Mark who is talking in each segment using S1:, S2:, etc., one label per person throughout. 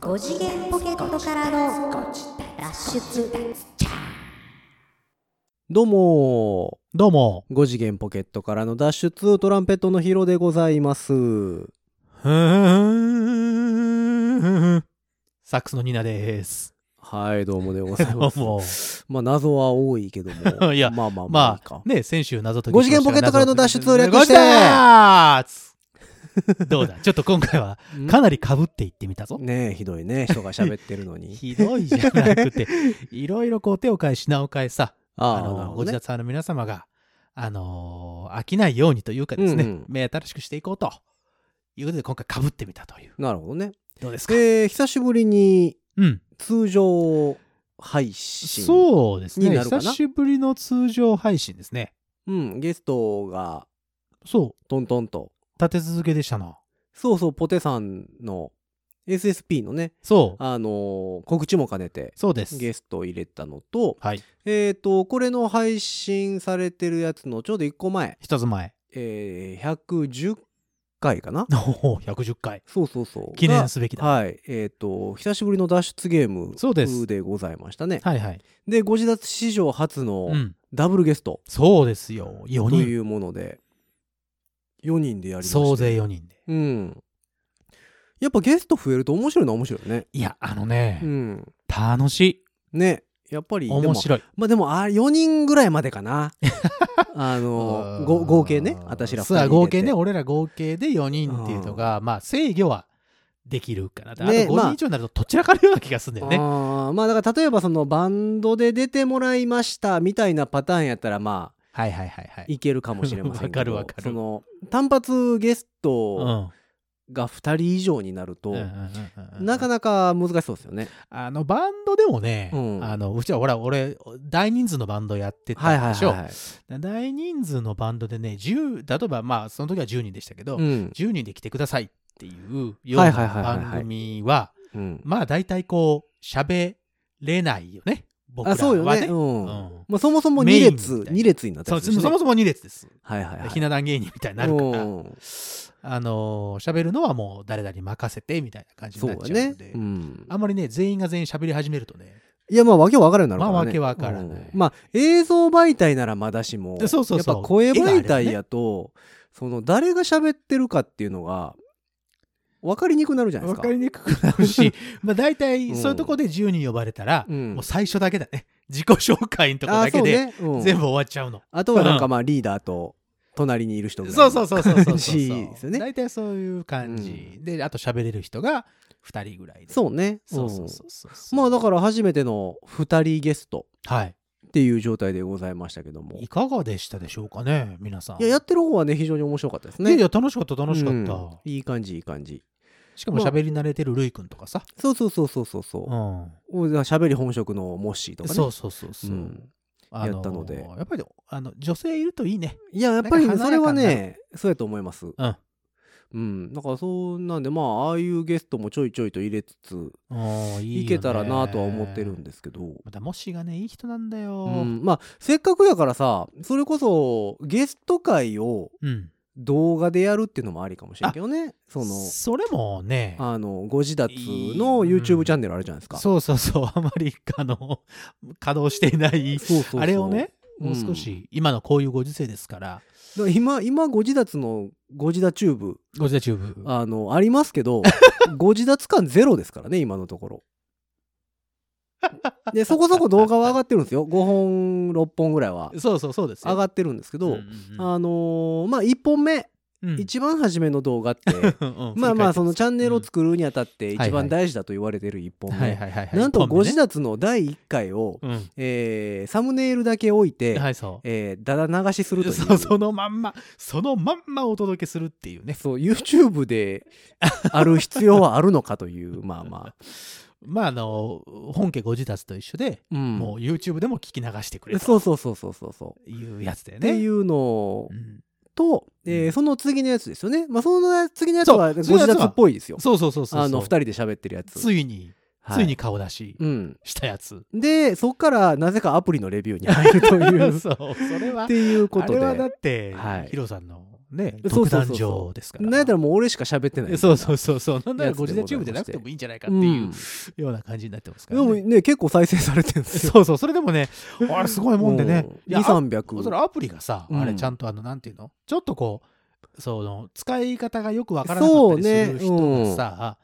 S1: 5次元ポケットからの脱出
S2: どうも
S3: どうも。
S2: ー、5次元ポケットからの脱出、トランペットのヒロでございます。
S3: サックスのニナです。
S2: はい、どうもでございます。
S3: どうも
S2: まあ、謎は多いけども。
S3: いや
S2: まあまあまあい
S3: ま
S2: い
S3: あ
S2: か、。
S3: ね、先週謎解き。
S2: 五次元ポケットからの脱出を略して
S3: してどうだちょっと今回は
S2: ん
S3: かなり被っていってみ たぞ。
S2: ねえ、ひどいね。人が喋ってるのに。
S3: ひどいじゃなくて、いろいろこう手を変え品を変えさ、
S2: あ
S3: あ
S2: ーなる
S3: の、ご
S2: ほど
S3: 自
S2: ね
S3: 宅さんの皆様が、あのー、飽きないようにというかです
S2: うんう
S3: ね
S2: ん、
S3: 目新しくしていこうと。いうことで今回被ってみたという。
S2: なるほどね。
S3: どうですか
S2: えー、久しぶりに
S3: うん。
S2: 通常配信。う。
S3: そうです
S2: に
S3: ね。
S2: なるかな
S3: 久しぶりの通常配信ですね。
S2: ん、ゲストが
S3: そう。
S2: トントンと。
S3: 立て続けでしたな。
S2: そうそう、ポテさんの SSP のね、
S3: そう。
S2: あのー告知も兼ねて、
S3: そうです。
S2: ゲストを入れたのと、
S3: はい。
S2: えっ、と、これの配信されてるやつのちょうど1個前、
S3: 一つ前。
S2: えー、110回か な
S3: おお、110回。
S2: そうそうそう。
S3: 記念
S2: が
S3: すべきだ。
S2: はい。えっ、と、久しぶりの脱出ゲーム
S3: そうです
S2: でございましたね。
S3: はいはい。
S2: で、ご自立史上初の
S3: うん。
S2: ダブルゲスト
S3: そうですよ。4
S2: と
S3: 人。
S2: いうもので、4人でやりました。
S3: 総勢4人で。
S2: うん。やっぱゲスト増えると面白いのは面白いよね。
S3: いや、あのね、
S2: うん。
S3: 楽し
S2: ね。やっぱり、
S3: い。
S2: でも
S3: 面白い。
S2: まあでもあ4人ぐらいまでか なあ
S3: あ
S2: の
S3: ー
S2: ご合計ね私ら2人
S3: そう
S2: 入れて
S3: 合計ね、俺ら合計で4人っていうのが、まあ、制御はできるから。あと
S2: ね
S3: 5
S2: まあ
S3: 人以上になると、どちらかのような気がするんだよね。
S2: あーまあだから例えばそのバンドで出てもらいましたみたいなパターンやったらまあ
S3: はいはいはいはい。
S2: いけるかもしれませんけど
S3: わかるわかる
S2: その単発ゲス
S3: う
S2: ト
S3: ん
S2: が2人以上になると、
S3: うんうんうんうんうん
S2: なかなか難しそうですよね。
S3: あのバンドでもね、
S2: うん
S3: あのうちはほら俺大人数のバンドやって
S2: はい
S3: た
S2: は
S3: ん
S2: い
S3: でしょ、
S2: はい、はい
S3: 大人数のバンドでね10例えばまあその時は10人でしたけど、
S2: うん
S3: 10人で来てくださいっていうよう
S2: はい
S3: な
S2: はいはいはいはい
S3: 番組は
S2: うん
S3: まあ大体こう喋れないよね僕ら
S2: あそうよ
S3: は
S2: ね。
S3: ね。
S2: うん
S3: うん
S2: まあ、そもそも
S3: メイ
S2: 2
S3: ン
S2: 列
S3: みたいな
S2: 二列になった
S3: そ
S2: り
S3: う
S2: す
S3: そ
S2: るしね
S3: もそもそも2列です。
S2: はいはいはい。
S3: ひな壇芸人みたいになるから、
S2: うん
S3: あのー喋るのはもう誰々に任せてみたいな感じに
S2: そ
S3: な
S2: う
S3: っ
S2: だ
S3: ちゃう
S2: ね
S3: ので、。
S2: うん
S3: あんまりね全員が全員喋り始めるとね
S2: いやまあわけわからんようになるからね。
S3: まあわけわからない
S2: うんまあ映像媒体ならまだしも、
S3: でそうそうそう
S2: やっぱ声媒
S3: 絵があれば
S2: 体
S3: ね
S2: やと、その誰が喋ってるかっていうのが分かりにくくなるじゃないで
S3: 分
S2: すか。
S3: かりにくくな るしまあ大
S2: う
S3: 体
S2: ん
S3: そういうとこで10人呼ばれたら、
S2: うん
S3: もう最初だけだね自己紹介のとこだけで
S2: あそうねうん
S3: 全部終わっちゃうの、
S2: あとはなんかまあリーダーと隣にいる人ぐらい
S3: そうそうそうそうそうそう
S2: 感じですよね
S3: 大体そういう感じ、であと喋れる人が2人ぐらいで
S2: そうね。
S3: そうそうそううそうそ
S2: ん
S3: う
S2: まあだから初めての2人ゲスト
S3: はい
S2: っていう状態でございましたけども。
S3: い
S2: い
S3: かがでしたでしょうかね皆さん
S2: ややってる方はね非常に面白かったです
S3: いや
S2: ね。
S3: いや楽しかった楽しかった、
S2: うんいい感じいい感じ。
S3: しかも喋り慣れてるるいくんとかさ、
S2: そうそうそうそうそうそう。
S3: うん
S2: お喋り本職のモッシーとかね。
S3: そうそうそうそう、
S2: うん
S3: あ
S2: やったので
S3: やっぱりあの女性いるといいね
S2: いや、やっぱり
S3: なんか
S2: それは
S3: 華やか
S2: ね、そうやと思います。
S3: うん
S2: うん。だから、そうなんで、まあ、ああいうゲストもちょいちょいと入れつつ、
S3: おーいいよね
S2: いけたらなとは思ってるんですけど。
S3: またもしがねいい人なんだよ
S2: う
S3: うん、
S2: ん、まあせっかくやからさそれこそゲスト会を動画でやるっていうのもありかもしれんけどねその
S3: それもね
S2: あのご自立の
S3: いいうん
S2: YouTube チャンネルあるじゃないですか、
S3: そうそうそう あまりあの稼働していない
S2: そうそうそう
S3: あれをね
S2: うん
S3: もう少し、今のこういうご時世ですから
S2: だから今今ご自立のご自立チューブ
S3: ご時世チューブ
S2: あのありますけ どご自立感ゼロですからね今のところでそこそこ動画は上がってるんですよ5本6本ぐらいは
S3: そうそうそうです
S2: 上
S3: っ
S2: がってるんですけど、
S3: あ
S2: あのーまあ1本目、一番初めの動画って まあまあそのチャンネルを作るにあたって
S3: うんは
S2: 一
S3: いはい
S2: 番大事だと言われてる1本目、
S3: はいはいはいはい
S2: なんとご自
S3: 時代
S2: 立の第1回を、
S3: うん
S2: えーサムネイルだけ置いて、
S3: はいそう
S2: えーだだ流しするという
S3: そうそのまんまそのまんまお届けするっていうね
S2: そう YouTube である必要はあるのかというまあまあ、
S3: まああの本家ご自達と一緒で、
S2: うん、
S3: もう YouTube でも聞き流してくれ
S2: そう
S3: と
S2: そうそうそうそうそう、
S3: いうやつだよ
S2: って
S3: ね
S2: いうの
S3: うん
S2: と、えーその次のやつですよねまあその次のやつは
S3: そう
S2: ご自立っぽいですよ
S3: そうそうそうそうそう
S2: あの2人で喋ってるやつ
S3: ついに、
S2: は
S3: ついに顔出し
S2: うん
S3: したやつ。
S2: でそこからなぜかアプリのレビューに入るという
S3: そう、それは
S2: っ、ていうこ
S3: あ
S2: と
S3: れは
S2: で
S3: だって、
S2: はい
S3: ヒロさんのね、
S2: そう
S3: 独
S2: そうそうそう
S3: 壇場ですから。
S2: なんやったらもう俺しか喋ってない
S3: そうそうそうそう。なんなら
S2: やつでご
S3: ゴ
S2: ざい
S3: ジラ
S2: まして
S3: チューブじゃなくてもいいんじゃないかっ
S2: う
S3: ていうんような感じになってますか
S2: で
S3: ら、
S2: も
S3: ね。
S2: ね結構再生されてるんですよ
S3: そうそう、それで もね、あれすごいもんでね。いや
S2: 2 3 0
S3: そ
S2: 0
S3: のアプリがさ、
S2: うん
S3: あれちゃんとあの、なんていうのちょっとこう、その、使い方がよくわからなかったりする人がさ、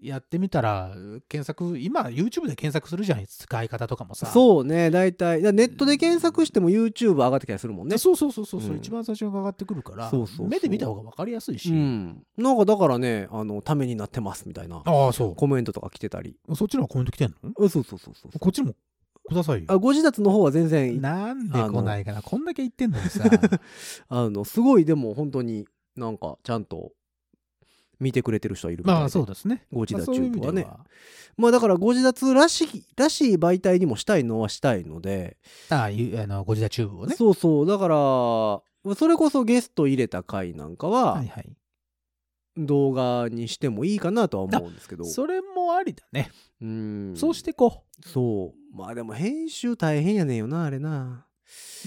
S3: やってみたら、検索、今 YouTube で検索するじゃない使い方とかもさ。
S2: そうね大体だからネットで検索しても YouTube 上がってきたりするもんね
S3: そうそうそうそう、う
S2: うん
S3: 一番最初に上がってくるから
S2: そうそうそう
S3: 目で見た方がわかりやすいし、
S2: うん、なんかだからねあのためになってますみたいな
S3: ああそ
S2: コメントとか来てたり
S3: うそっちの方がコメント来てんの
S2: うんそうそうそうそう
S3: こっちもくださいよ
S2: あご自宅の方は全然
S3: なんで
S2: あの
S3: 来ないかなこんだけ言ってんのにさ
S2: あのすごいでも本当になんかちゃんと見てくれてる人はいるみたいで
S3: まあそうですね
S2: ゴジ
S3: ま
S2: ラ
S3: あ
S2: チュ
S3: そういう意
S2: ー
S3: 味
S2: ブ
S3: で
S2: は
S3: は
S2: ねまあだからゴジラ2らしいらしい媒体にもしたいのはしたいので、
S3: ああいうあのゴジラチューブをね
S2: そうそうだからそれこそゲスト入れた回なんか
S3: は
S2: はい
S3: はい
S2: 動画にしてもいいかなとは思うんですけど
S3: それもありだね、
S2: うん
S3: そうしてこ
S2: そうまあでも編集大変やねんよなあれな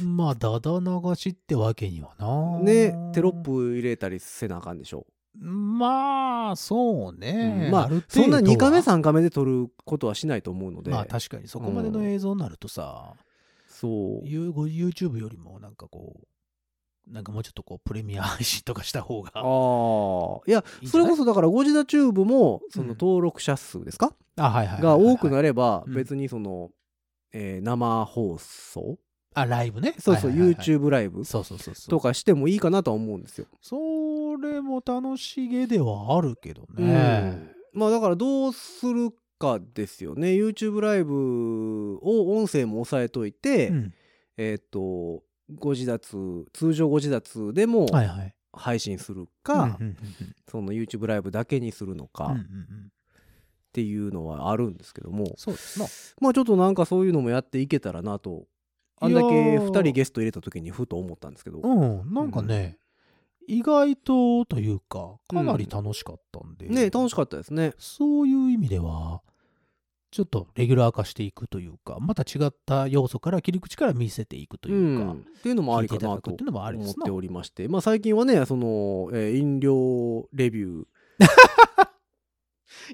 S3: うまあダダ流しってわけにはな
S2: ねテロップ入れたりせなあかんでしょ
S3: まあそうね、
S2: うんまあ
S3: ある程
S2: そ
S3: 度
S2: んな
S3: は
S2: 2カメ3カメで撮ることはしないと思うので、
S3: まあ確かにそこまでの映像になるとさ、
S2: そう
S3: ゆうご YouTube よりもなんかこうなんかもうちょっとこうプレミア配信とかした方が
S2: ああいや
S3: いいんじ
S2: そ
S3: ゃ
S2: れ
S3: ない
S2: こそだからゴジラチューブもその
S3: うん
S2: 登録者数ですか、
S3: あはいはいはい
S2: が
S3: はい
S2: 多くなれば
S3: うん
S2: 別にその、えー生放送
S3: あライブね
S2: そうそう、
S3: はいはいはいはい
S2: YouTube ライブ
S3: そうそうそうそう
S2: とかしてもいいかなとは思うんですよ。
S3: それも楽しげではあるけど
S2: う
S3: ね、
S2: んまあだからどうするかですよね YouTube ライブを音声も抑えといて、
S3: うん
S2: えーっ、とゴジラ2通常ゴジラ2でも
S3: はいはい
S2: 配信するか、
S3: がうんうんうん
S2: その YouTube ライブだけにするのか
S3: うんうんう
S2: っ
S3: ん
S2: ていうのはあるんですけども、
S3: そうですな
S2: まあちょっとなんかそういうのもやっていけたらなとあんだけ
S3: いやー
S2: 2人ゲスト入れた時にふと思ったんですけど、
S3: うんなんかね、意外とというかかなり楽しかったんで、
S2: ね楽しかったですね。
S3: そういう意味では、ちょっとレギュラー化していくというか、また違った要素から切り口から見せていくというか、
S2: うんっていうのもあ
S3: 聞い
S2: りか
S3: ていただ
S2: な
S3: く
S2: と
S3: っていうのもありで
S2: 思っ
S3: すな
S2: て。おりまして、まあ、最近はねその、えー飲料レビュ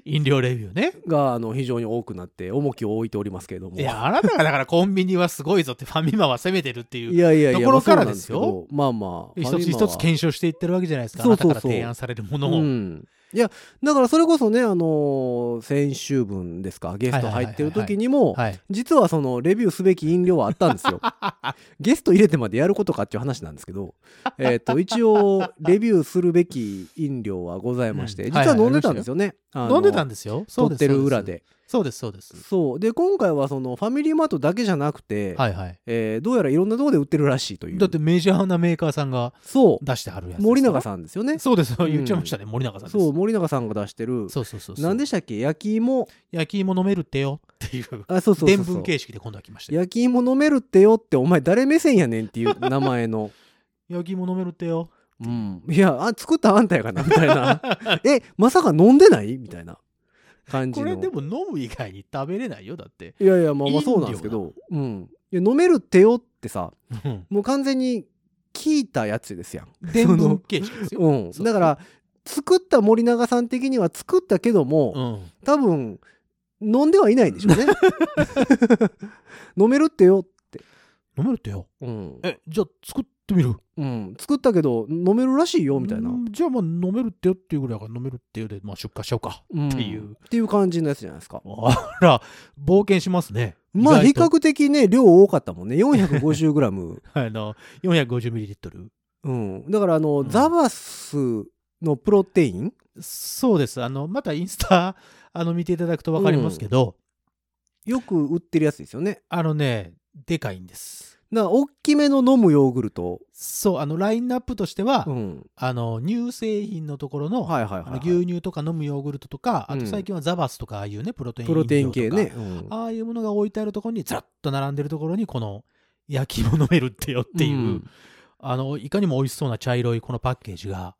S3: 飲料レビューね。
S2: ーがあの非常に多くなって重きを置いておりますけれども
S3: いや、あなたがだからコンビニはすごいぞって、ファミマは攻めてるっていう、
S2: いやいやいや
S3: ところか
S2: ま
S3: ら
S2: あそうなん
S3: ですよ
S2: けどまあまあ
S3: 一
S2: ファ
S3: つ
S2: ミマは
S3: 一つ検証していってるわけじゃないですか、
S2: そうそうそう
S3: あなたから提案されるものを。
S2: うん、いやだからそれこそねあのー先週分ですかゲスト入ってる時にも
S3: はい。
S2: 実はそのレビューすべき飲料はあったんです よゲスト入れてまでやることかっていう話なんですけどえっと一応レビューするべき飲料はございまして、
S3: うん
S2: 実は飲んでたんですよね、あの
S3: 飲んでたんですよ。そ
S2: 撮
S3: うで
S2: っ
S3: す
S2: てる裏。で
S3: そうです、そうです。そうです
S2: そうで今回はそのファミリーマートだけじゃなくて、
S3: はいはい。
S2: えーどうやらいろんなとこで売ってるらしいという
S3: だってメジャーなメーカーさんが
S2: そう
S3: 出してはるやつですから。
S2: 森永さんですよね
S3: そうです、
S2: うん
S3: 言っちゃいましたね、森永さんです。
S2: そう森永さんが出してる
S3: そうそうそうそう。
S2: 何でしたっけ焼き芋
S3: 焼き芋飲めるってよっていう。
S2: あそうそうそうそう
S3: 伝聞形式で今度は来ましたよ。
S2: 焼き芋飲めるってよってお前誰目線やねんっていう名前 の、
S3: 焼き芋飲めるってよ。
S2: うん、いやあ作ったあんたやかなみたい なえまさか飲んでないみたいな感じ
S3: こ
S2: の
S3: れでも飲む以外に食べれないよ、だって。
S2: いやいやまあまあそうなんですけどうん、いや飲めるってよってさもう完全に聞いたやつですやん、
S3: 伝聞形式ですよ。
S2: うん、
S3: そう
S2: だから作った森永さん的には作ったけども、
S3: うん。
S2: 多分飲んではいないんでしょうね飲めるってよって、
S3: 飲めるってよ。
S2: うん
S3: え、じゃあ作ってみる
S2: うん、作ったけど飲めるらしいよみたいな
S3: うんじゃあまあ飲めるってよっていうぐらいだから飲めるってよで、まあ出荷しちゃおうか。っていうん
S2: っていう感じのやつじゃないですか
S3: あら、冒険しますね。
S2: まあ比
S3: 意外と。
S2: 較的ね量多かったもんね 450g、
S3: あの、450ml。
S2: うん、だからあの、
S3: うん
S2: ザバスのプロテイン
S3: そうです。あの、またインスタ、あの、見ていただくとわかりますけど、
S2: よく売ってるやつですよね
S3: あのね、でかいんです。
S2: だから大きめの飲むヨーグルト、
S3: そう、あの、ラインナップとしては、
S2: うん、
S3: あの乳製品のところの,、
S2: はいはい
S3: あ
S2: は
S3: の
S2: い、
S3: 牛乳とか飲むヨーグルトとか、あ
S2: う
S3: と
S2: ん
S3: 最近はザバスとかああいうねプロテイン
S2: プロテイン系
S3: 飲料と
S2: ね
S3: か、
S2: うん
S3: ああいうものが置いてあるところにずらっと並んでるところにこの焼き芋飲めるってよっていう、
S2: うん
S3: あのいかにも美味しそうな茶色いこのパッケージが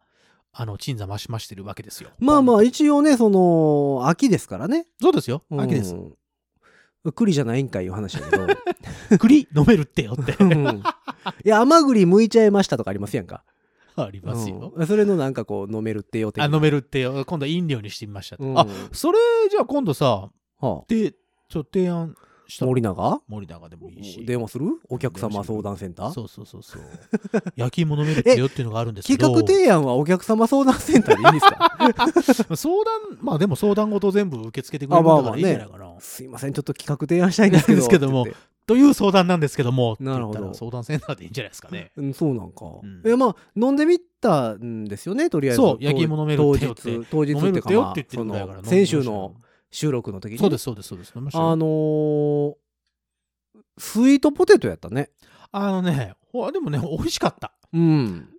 S3: あの鎮座増し増してるわけですよ
S2: まあま
S3: あ
S2: あ一応ねその秋ですからね
S3: そうですよ
S2: うん
S3: 秋です、
S2: 栗じゃないんかいう話だけど、
S3: 栗飲めるってよって
S2: うんいや甘栗剥いちゃいましたとかありますやんか
S3: はありますよ。
S2: うんそれのなんかこう飲めるってよ的
S3: あ
S2: な
S3: 飲めるってよ今度飲料にしてみましたって、
S2: うん
S3: あそれじゃあ今度さ
S2: はあ
S3: でちょっと提案した
S2: 森永
S3: 森永でもいいし
S2: 電話するお客様相談センター
S3: そうそうそうそう 焼き芋飲めるってよっていうのがあるんですけ
S2: 企画
S3: ど
S2: 提案はお客様相談センターでいいんですか
S3: 相談まあでも相談事全部受け付けてくれるんだ
S2: あまあまあ
S3: からい
S2: ね
S3: いんじゃないかな
S2: すいませんちょっと企画提案したいんですけど
S3: ですけども
S2: って言って
S3: という相談なんですけどもって言ったら
S2: なるほど
S3: 相談センターでいいんじゃないですかね
S2: うん、そうなんか、
S3: うん
S2: いやまあ飲んでみたんですよねとりあえず
S3: そう
S2: 当
S3: 焼き芋飲めるってよって
S2: 当日当日
S3: 飲
S2: っていう
S3: めるっ
S2: か
S3: てよ
S2: ま
S3: っ
S2: あ
S3: て言ってるぐらいか
S2: その
S3: ら飲みましょ
S2: 先
S3: う
S2: 週の収録の時に
S3: そうですそうですそうです飲みましょう
S2: あのースイートポテトやったね
S3: あのねほでもね美味しかった
S2: うん、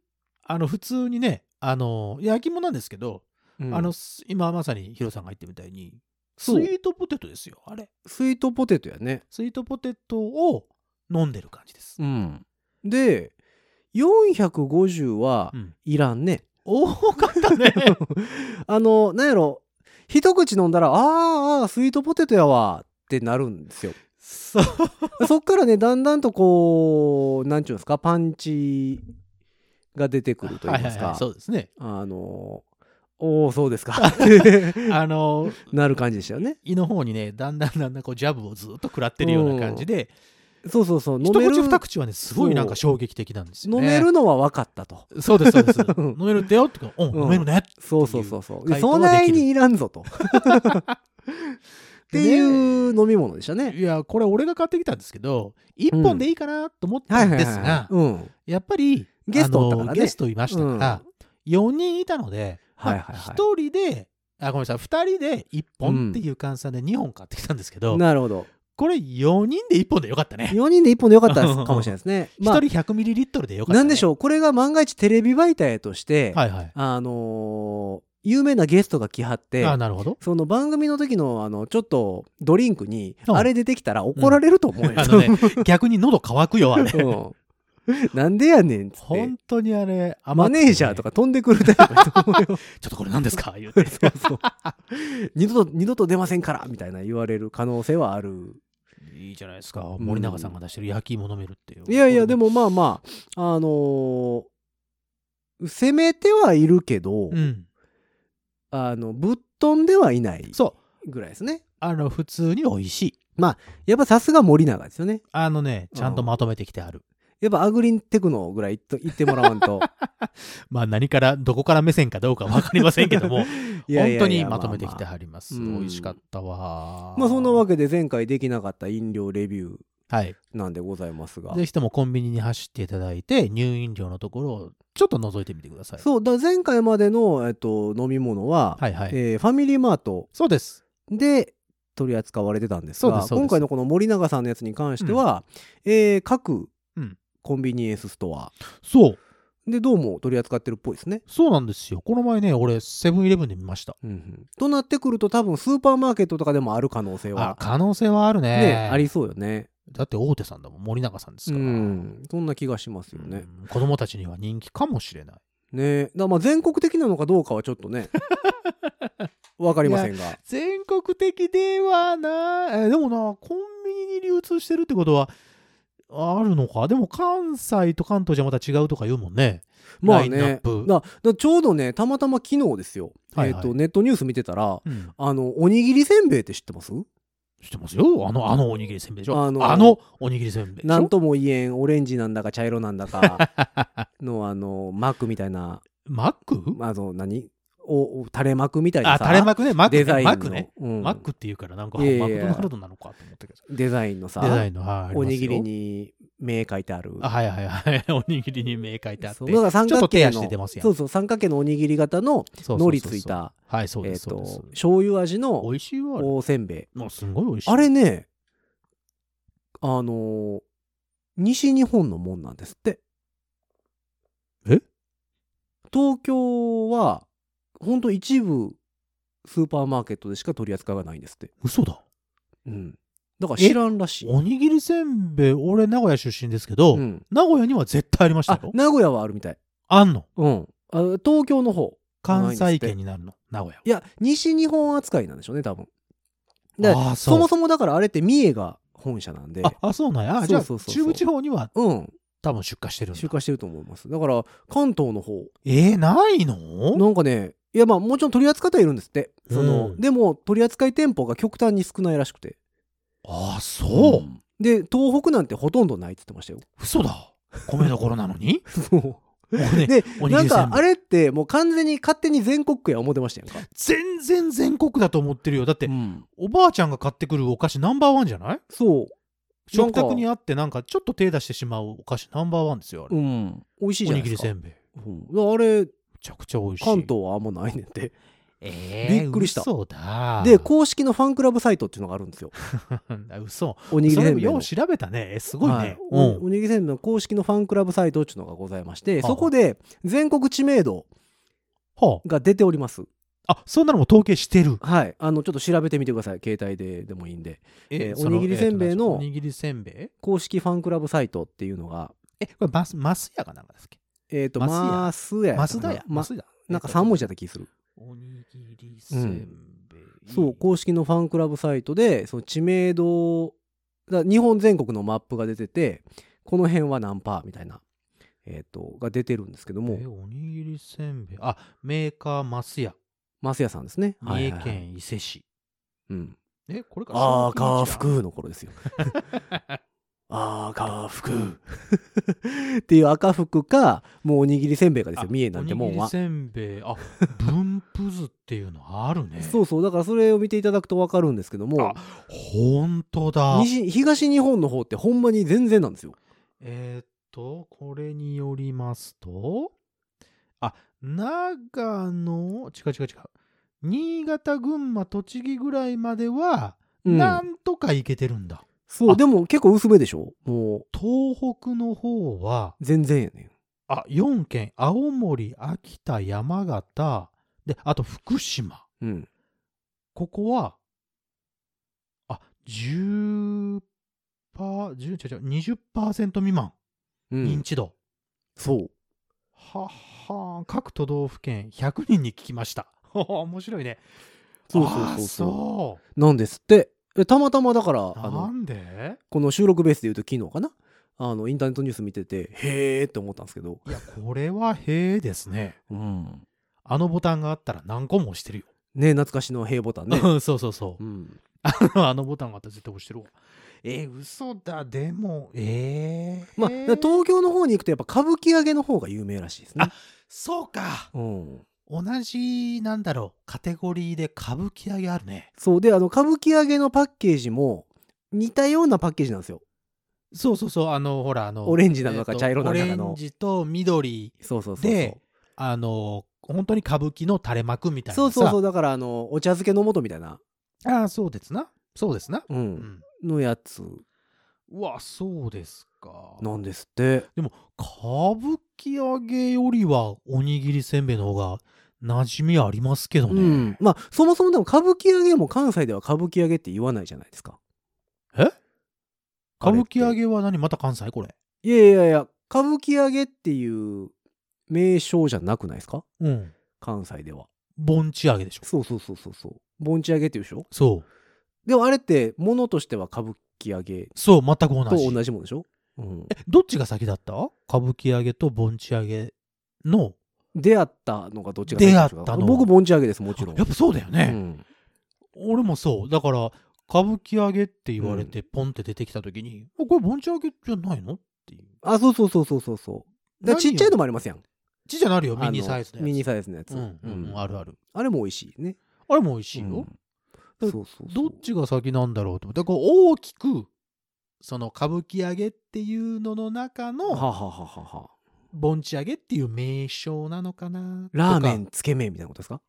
S3: あの普通にねあの焼き芋なんですけど
S2: うん
S3: あの、す今まさにヒロさんが言ってみたいに、スイ
S2: そう
S3: ートポテトですよ、あれ。
S2: スイートポテトやね
S3: スイートポテトを飲んでる感じです。
S2: うんで450は
S3: うん
S2: いらんね、
S3: 多かったね。
S2: あのなんやろ一口飲んだらあーあースイートポテトやわってなるんです よ
S3: そう。
S2: そっからねだんだんとこうなんちゅうんですかパンチが出てくると言いますか、
S3: そうですね。
S2: あのおおそうです かって
S3: あの、
S2: なる感じでしたよね
S3: 胃の方にね、だんだんだんだんこうジャブをずっと食らってるような感じで、
S2: そうそうそう飲
S3: 一
S2: める
S3: 口二口はね、すごいなんか衝撃的なんですよ
S2: 飲め
S3: ね。
S2: るのは分かったと
S3: そうです、そうです。
S2: うん
S3: 飲めるってよって言うから、うん、
S2: うん
S3: 飲めるね。
S2: そうそうそうそう
S3: っていう回答
S2: そ
S3: は
S2: な
S3: で
S2: い
S3: きる
S2: にいらんぞと っていう飲み物でした ね
S3: いや、これ俺が買ってきたんですけど、一本でいいかなと思った
S2: はい
S3: ん
S2: はい
S3: です
S2: は
S3: が
S2: い、うん
S3: やっぱり
S2: ゲストおったからね
S3: あのゲストいましたから、4人いたので、
S2: はいはいはい
S3: まあ1人であごめんなさい2人で1本っていう換算で2本買ってきたんですけど、
S2: なるほど
S3: これ4人で1本でよかったね、
S2: 4人で1本でよかったですかもしれないですねまあ
S3: 1人 100ml でよかった、ね、
S2: なんでしょうこれが万が一テレビ媒体として、
S3: はいはい
S2: あのー有名なゲストが来はって
S3: あなるほど
S2: その番組の時のあのちょっとドリンクに
S3: うん
S2: あれ出てきたら怒られると思うよ、
S3: あのね 逆に喉乾くよあれ
S2: うんなんでやねんっつって
S3: 本当にあれ甘
S2: マ
S3: くてね
S2: ネージャーとか飛んでくるタイプだと思うよ
S3: ちょっとこれ何です か言うて
S2: そう そう二度と二度と出ませんからみたいな言われる可能性はある
S3: いいじゃないですか森永さんが出してる焼き芋飲めるっていう、
S2: いやいやでも
S3: も
S2: まあまああのー攻めてはいるけど、
S3: うん
S2: あのぶっ飛んではいない
S3: そう
S2: ぐらいですね
S3: あの普通に美味しい
S2: やっぱさすが森永ですよね
S3: あのねちゃんと
S2: うん
S3: まとめてきてある
S2: やっぱアグリンテクノぐらい言っと言ってもらわん と
S3: まあ何からどこから目線かどうか分かりませんけども
S2: いやいやいや
S3: 本当にまとめてきて
S2: まあまあ
S3: はります、
S2: まあまあうん
S3: 美味しかったわ
S2: まあそんなわ
S3: け
S2: けで前回できなかった飲料レビュー
S3: はい
S2: なんでございますが
S3: ぜひともコンビニに走っていただいて入飲料のところをちょっと覗いてみてください
S2: そうだから前回までの、えっと、飲み物は、
S3: はいはい、
S2: えーファミリーマート
S3: そうです
S2: で取り扱われてたんです
S3: そう
S2: が
S3: ですそうです
S2: 今回のこの森永さんのやつに関しては、えー各
S3: うん
S2: コンビニエンスストア
S3: そう
S2: でどうも取り扱ってるっぽいですね。
S3: そうなんですよこの前ね俺セブンイレブンで見ました
S2: うんうんとなってくると多分スーパーマーケットとかでもある可能性
S3: あ
S2: は、
S3: 可能性はあるね
S2: ね、ありそうよね。
S3: だって大手さんだもん森永さんです
S2: う
S3: から、
S2: ん、そんな気がしますよね。
S3: うん子供たちには人気かもしれない
S2: ねだからまあ全国的なのかどうかはちょっと ねわかりませんが。
S3: 全国的ではないえーでもなコンビニに流通してるってことはあるのかでも関西と関東じゃまた違うとか言うもんね
S2: まあ
S3: ラインナ
S2: ね
S3: ップ
S2: だだちょうどねたまたま昨日ですよ、
S3: はいはい
S2: えっとネットニュース見てたら
S3: うん
S2: あのおにぎりせんべいって知ってます
S3: 知ってますよあのあのおにぎりせんべいでしょ
S2: あ
S3: あ
S2: の
S3: のおにぎりせんべいでしょ
S2: なんとも言えんオレンジなんだか茶色なんだか のあのマックみたいな
S3: マック
S2: あの何おお垂れ幕みたいな
S3: あ
S2: さ
S3: 垂れ幕ねマック
S2: デ
S3: ね
S2: ザイン
S3: マ
S2: の
S3: ックね、
S2: うん
S3: マックっていうからなんか
S2: いやいや
S3: マクドナルドなのかと思ったけど
S2: デザインの
S3: デザ
S2: さ
S3: インのはいありますよ
S2: おにぎりに目書いてある
S3: あはいはいはい おにぎりに銘書いてあって
S2: そうだから三
S3: ちょっ
S2: 角
S3: と
S2: 形
S3: 手
S2: の
S3: 足で出ますやん
S2: そうそう三角形のおにぎり型の
S3: そうそうそうそう
S2: のりついた
S3: はいそう
S2: え
S3: で
S2: っ
S3: すそうです
S2: と醤油味の
S3: 美味しいわあれ
S2: おせんべい
S3: もうすんごい美味しい
S2: あれねあのー西日本のもんなんですって
S3: え
S2: 東京はほんと一部スーパーマーケットでしか取り扱いがないんですって
S3: 嘘だ
S2: うんだから知らんらしい、
S3: おにぎりせんべい俺名古屋出身ですけど、
S2: うん、
S3: 名古屋には絶対ありました
S2: あ
S3: よ
S2: 名古屋はあるみたい
S3: あんの
S2: うんあ東京の方
S3: 関西圏になるの名古屋
S2: いや西日本扱いなんでしょうね多分だから
S3: あー
S2: そもそもだからあれって三重が本社なんで
S3: ああそうなんやあじゃあ
S2: そうそうそうそう
S3: 中部地方には
S2: うん
S3: 多分出荷してるんだ
S2: 出荷してると思います。だから、関東の方、
S3: えー、ないの
S2: なんかね、いやまあもちろん取り扱いはいるんですって。その、
S3: うん
S2: でも取り扱い店舗が極端に少ないらしくて。
S3: ああ、そう、
S2: んで、東北なんてほとんどないって言ってましたよ。
S3: 嘘だ。米どころなの にもう ね、
S2: で、
S3: おにぎ
S2: なん
S3: りせん
S2: か
S3: べ
S2: あ
S3: い。
S2: れってもう完全に勝手に全国区や思ってましたやんか。
S3: 全然全国だと思ってるよ。だって、
S2: うん
S3: おばあちゃんが買ってくるお菓子ナンバーワンじゃない
S2: そう。
S3: 食卓にあってなんかちょっと手出してしまうお菓子ナンバーワンですよ、あれ
S2: うん。美味しいじ
S3: お
S2: ゃな
S3: に
S2: い
S3: ぎ
S2: で
S3: り
S2: すか。
S3: せんべいめ
S2: うんあれ、
S3: ちゃくちゃ美味しい
S2: 関東はあんまないねんて。
S3: えー、
S2: びっくりした
S3: 嘘だ
S2: で、公式のファンクラブサイトっていうのがあるんです よ。
S3: う 嘘
S2: おにぎ
S3: そ
S2: りせ
S3: れ
S2: ん
S3: も
S2: べいの。
S3: よう調べたねえすごいね、
S2: はい
S3: うん
S2: おおにぎりせんべいの公式のファンクラブサイトっていうのがございまして、
S3: あ
S2: そこで全国知名度
S3: は
S2: が出ております。
S3: ああそんなのも統計してる
S2: はい。あの、ちょっと調べてみてください。携帯ででもいいんで。えー
S3: その
S2: おにぎりせんべいの
S3: えーとおにぎりせんべい
S2: 公式ファンクラブサイトっていうのが、
S3: えこれマスマスヤがなんかですっけ
S2: えっ、と、マ
S3: マ
S2: スヤやったかな。
S3: マスダヤ
S2: ま
S3: マスダ
S2: なんか3文字だった気する。
S3: おにぎりせんべい、
S2: そう、公式のファンクラブサイトで、その知名度、だ日本全国のマップが出てて、この辺は何パーみたいな、えっ、と、が出てるんですけども
S3: え、おにぎりせんべいあメーカーマスヤ
S2: マスヤさんですね。
S3: 三重
S2: はいはいはい
S3: 県伊勢市、
S2: うん。
S3: えこれから
S2: あー、
S3: 商品
S2: か
S3: 地だ
S2: 福の頃ですよ。 あー、か福。っていう赤福か、もうおにぎりせんべいかですよ。
S3: あ
S2: 三重なんても
S3: お
S2: ん
S3: にぎ
S2: は
S3: り。せんべいあ分布図っていうのある ね
S2: そうそう。だからそれを見ていただくとわかるんですけども
S3: あ、本当だ
S2: 西東日本の方ってほんまに全然なんですよ。
S3: えーっとこれによりますとあ長野違う違う違う新潟群馬栃木ぐらいまでは、
S2: うん
S3: なんとかいけてるんだ
S2: そう、
S3: あ
S2: でも結構薄めでしょもう、
S3: 東北の方は
S2: 全然やね
S3: あ4県青森秋田山形であと福島
S2: うん。
S3: ここは、あ、10%、パー、10、違う違う、20%未満、
S2: う
S3: 認
S2: ん。
S3: 知度。
S2: そう。
S3: はっはー各都道府県100人に聞きました。 ほほ面白いね。
S2: そうそうそうそ
S3: あー
S2: う
S3: そ
S2: なんですって。えたまたまだから、
S3: う
S2: あ
S3: な
S2: の、
S3: んで
S2: この収録ベースで言うと昨日かなあの、インターネットニュース見てて、へーって思ったんですけど。
S3: いや、これはへえですね。
S2: うん。
S3: あのボタンがあったら何個も押してるよ。
S2: ね懐かしのへーボタン ね。
S3: うんそうそうそう
S2: う。ん。
S3: あのボタンがあったら絶対押してるわ。えー、嘘だ。でも、えー。
S2: まあ、東京の方に行くとやっぱ歌舞伎揚げの方が有名らしいですね。
S3: そうか。
S2: うん。
S3: 同じ、なんだろう、カテゴリーで歌舞伎揚げあるね。
S2: そう。で、あの、歌舞伎揚げのパッケージも、似たようなパッケージなんですよ。
S3: そうそうそう、あの、ほら、あの、
S2: オレンジなのか
S3: えっと
S2: 茶色なのかの
S3: オレンジと緑、
S2: そうそうそうそう。
S3: であの、本当に歌舞伎の垂れ幕みたいなさ。
S2: そうそうそう。だから、あの、お茶漬けの素みたいな、
S3: ああ、そうですな。そうですな。
S2: う、
S3: うんん。
S2: のやつ
S3: うわ、そうですか。
S2: なんですって。
S3: 歌舞伎揚げよりは、おにぎりせんべいの方が、馴染みありますけど
S2: う
S3: ね。
S2: ん。まあ、そもそもでも歌舞伎揚げも関西では歌舞伎揚げって言わないじゃないですか。
S3: え歌舞伎揚
S2: げ
S3: げは何また関西これ。
S2: いやいやいや、歌舞伎揚げっていう名称じゃなくないですか
S3: うん。
S2: 関西では。
S3: 盆地揚げでしょ。
S2: そうそうそうそうそう。盆地揚げっていうでしょ
S3: そう。
S2: でもあれって、ものとしては歌舞伎揚げ
S3: そう、全く同
S2: と
S3: じ。
S2: 同じものでしょうん。
S3: どっちが先だった歌舞伎揚げと盆地揚げの
S2: 出会ったのがどっちが先でしょうか
S3: 出会ったの
S2: 僕、盆地揚げです、もちろん。
S3: やっぱそうだよ
S2: う
S3: ね、
S2: ん
S3: 俺もそうだから歌舞伎揚げって言われてポンって出てきた時に、あこれ盆地揚げじゃないのっていう
S2: あ、そうそうそうそうそうそう。だからちっちゃいのもありますやん。
S3: ちっちゃなるよ
S2: あ
S3: ミ
S2: の
S3: ニサイズのやつ
S2: ミニサイズのやつ。
S3: うん、うん
S2: うん
S3: あるある
S2: あれも美味しいね。
S3: あれも美味しいよ、
S2: うんそうそうそ
S3: ど
S2: う
S3: っちが先なんだろうと思ってだから大きくその歌舞伎揚げっていうのの中
S2: はは
S3: の
S2: はははは。
S3: 盆地揚げっていう名称なのかなとか
S2: ラー メン、 つけ麺みたいなことですか、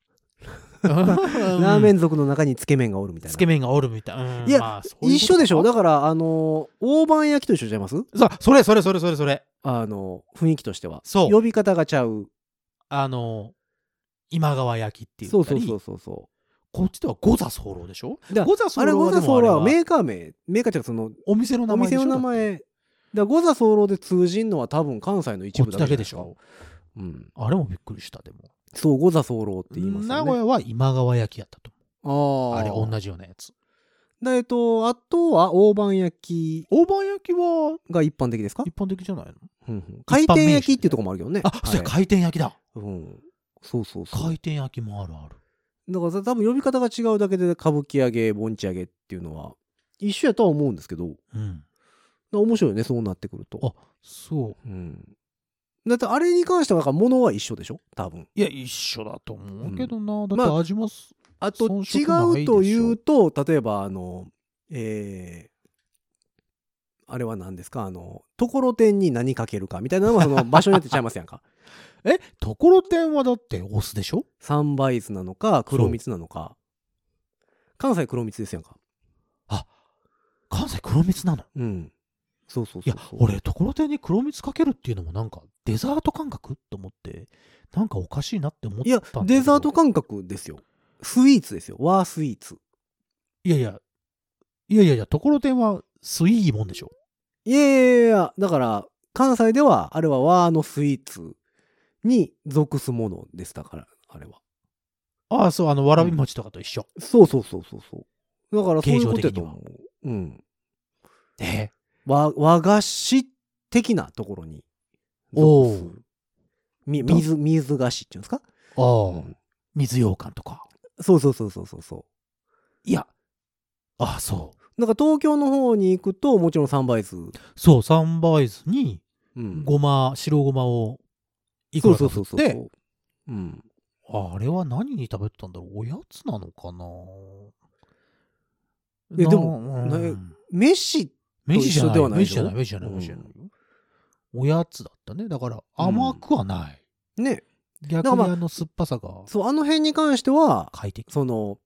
S2: ラ
S3: ラ
S2: ーメ
S3: ン
S2: ン族の中につけ麺がおるみたいな。
S3: つけ麺がおるみたいな、うん
S2: いや
S3: まあそういうこと
S2: 一緒でしょ
S3: か
S2: だから、あのー、大判焼きと一緒ちゃいます
S3: さそれそれそれそれそれ
S2: あのー、雰囲気としては。
S3: そう
S2: 呼び方がちゃう。
S3: あの今川焼きっていう
S2: そうそうそうそうそ
S3: こっちではゴザソーローでしょ
S2: う。だ
S3: ゴザソ
S2: あ
S3: ー
S2: れ、
S3: ロー
S2: ゴ
S3: はで
S2: ザ
S3: も
S2: ソー
S3: あれ
S2: ロは
S3: は
S2: メーカー名、メーカーちゃうその、
S3: お店の名
S2: お
S3: 前で
S2: 店
S3: しょ
S2: の名前。だからゴザソーローで通じんのは多分関西の一
S3: こっ
S2: 部
S3: ち
S2: だ
S3: だ
S2: け
S3: け
S2: じ
S3: で
S2: ゃ
S3: し
S2: ない
S3: ょ
S2: すか。うん。
S3: あれもびっくりしたでも
S2: そう、ゴザソーローって言いますよね。
S3: 名古屋は今川焼きやったと
S2: あ
S3: 思う
S2: あ。
S3: あれ同じようなやつ
S2: でえっと、あとは大判焼き
S3: 大判焼きは
S2: が一般的ですか、
S3: 一般的じゃないの
S2: うんうん回転焼きっていうとこもあるけどね。
S3: あ、そうや、
S2: はい
S3: 回転焼きだ。
S2: うん。そうそうそう。
S3: 回転焼きもあるある。
S2: だからさ多分呼び方が違うだけで歌舞伎揚げ盆地揚げっていうのは一緒やとは思うんですけど
S3: うん。
S2: 面白いよねそうなってくると
S3: あ、そ
S2: う
S3: う。
S2: んだってあれに関してはだから物は一緒でしょ多分
S3: いや、一緒だと思うけどな。だ
S2: ま
S3: って
S2: あ
S3: 味もす、
S2: あと
S3: 遜
S2: 違
S3: 色ないでしょ
S2: うというと例えばあのえーあれは何ですかあの、ところてんに何かけるかみたいなのはそ の場所によってちゃいますやんか。
S3: え、ところてんはだってお酢でしょ
S2: 三杯酢なのか、黒蜜なのか。関西黒蜜ですやんか。
S3: 関西黒蜜なの
S2: うん。そうそう
S3: い
S2: そう
S3: や
S2: そう。、
S3: 俺、ところてんに黒蜜かけるっていうのもなんかデザート感覚と思って、なんかおかしいなって思ったん
S2: いや
S3: だけど
S2: デザート感覚ですよスイーツですよ和スイーツ
S3: いやいや、いやいやいや、ところてんはスイーもんでしょ
S2: いやいやいやいやだから関西ではあれは和のスイーツに属すものですだからあれは
S3: ああ、そう、あの、わらび餅とかと一緒。
S2: そうそうそうそうそうだからそういうことや
S3: 形状的
S2: と
S3: には
S2: 思う、うん、
S3: え
S2: 和和菓子的なところに属す
S3: お
S2: み水水菓子っていうんですか、
S3: あ
S2: う
S3: あ、
S2: ん
S3: 水羊羹とか。
S2: そうそうそうそうそうそう
S3: いや、ああ、そう。
S2: だから東京の方に行くともちろん三杯酢、
S3: そう、サンバイズに、
S2: うん、
S3: ごま、白ごまを、いくらか
S2: そ
S3: 振
S2: う
S3: っ
S2: そうそう
S3: て
S2: そう、うん、
S3: あれは何に食べてたんだろうおやつなのかな
S2: えでも
S3: も
S2: ね飯
S3: 飯じゃな。
S2: と一緒ではいないで
S3: 飯
S2: し
S3: じ
S2: ょ
S3: ゃない。飯じゃない。
S2: うん
S3: 飯じゃない。おやつだったね。だから甘くはない。
S2: ねだ
S3: 逆
S2: から
S3: に
S2: まあ
S3: あの酸っぱさが
S2: そう、あの辺に関しては、
S3: 快適。
S2: その、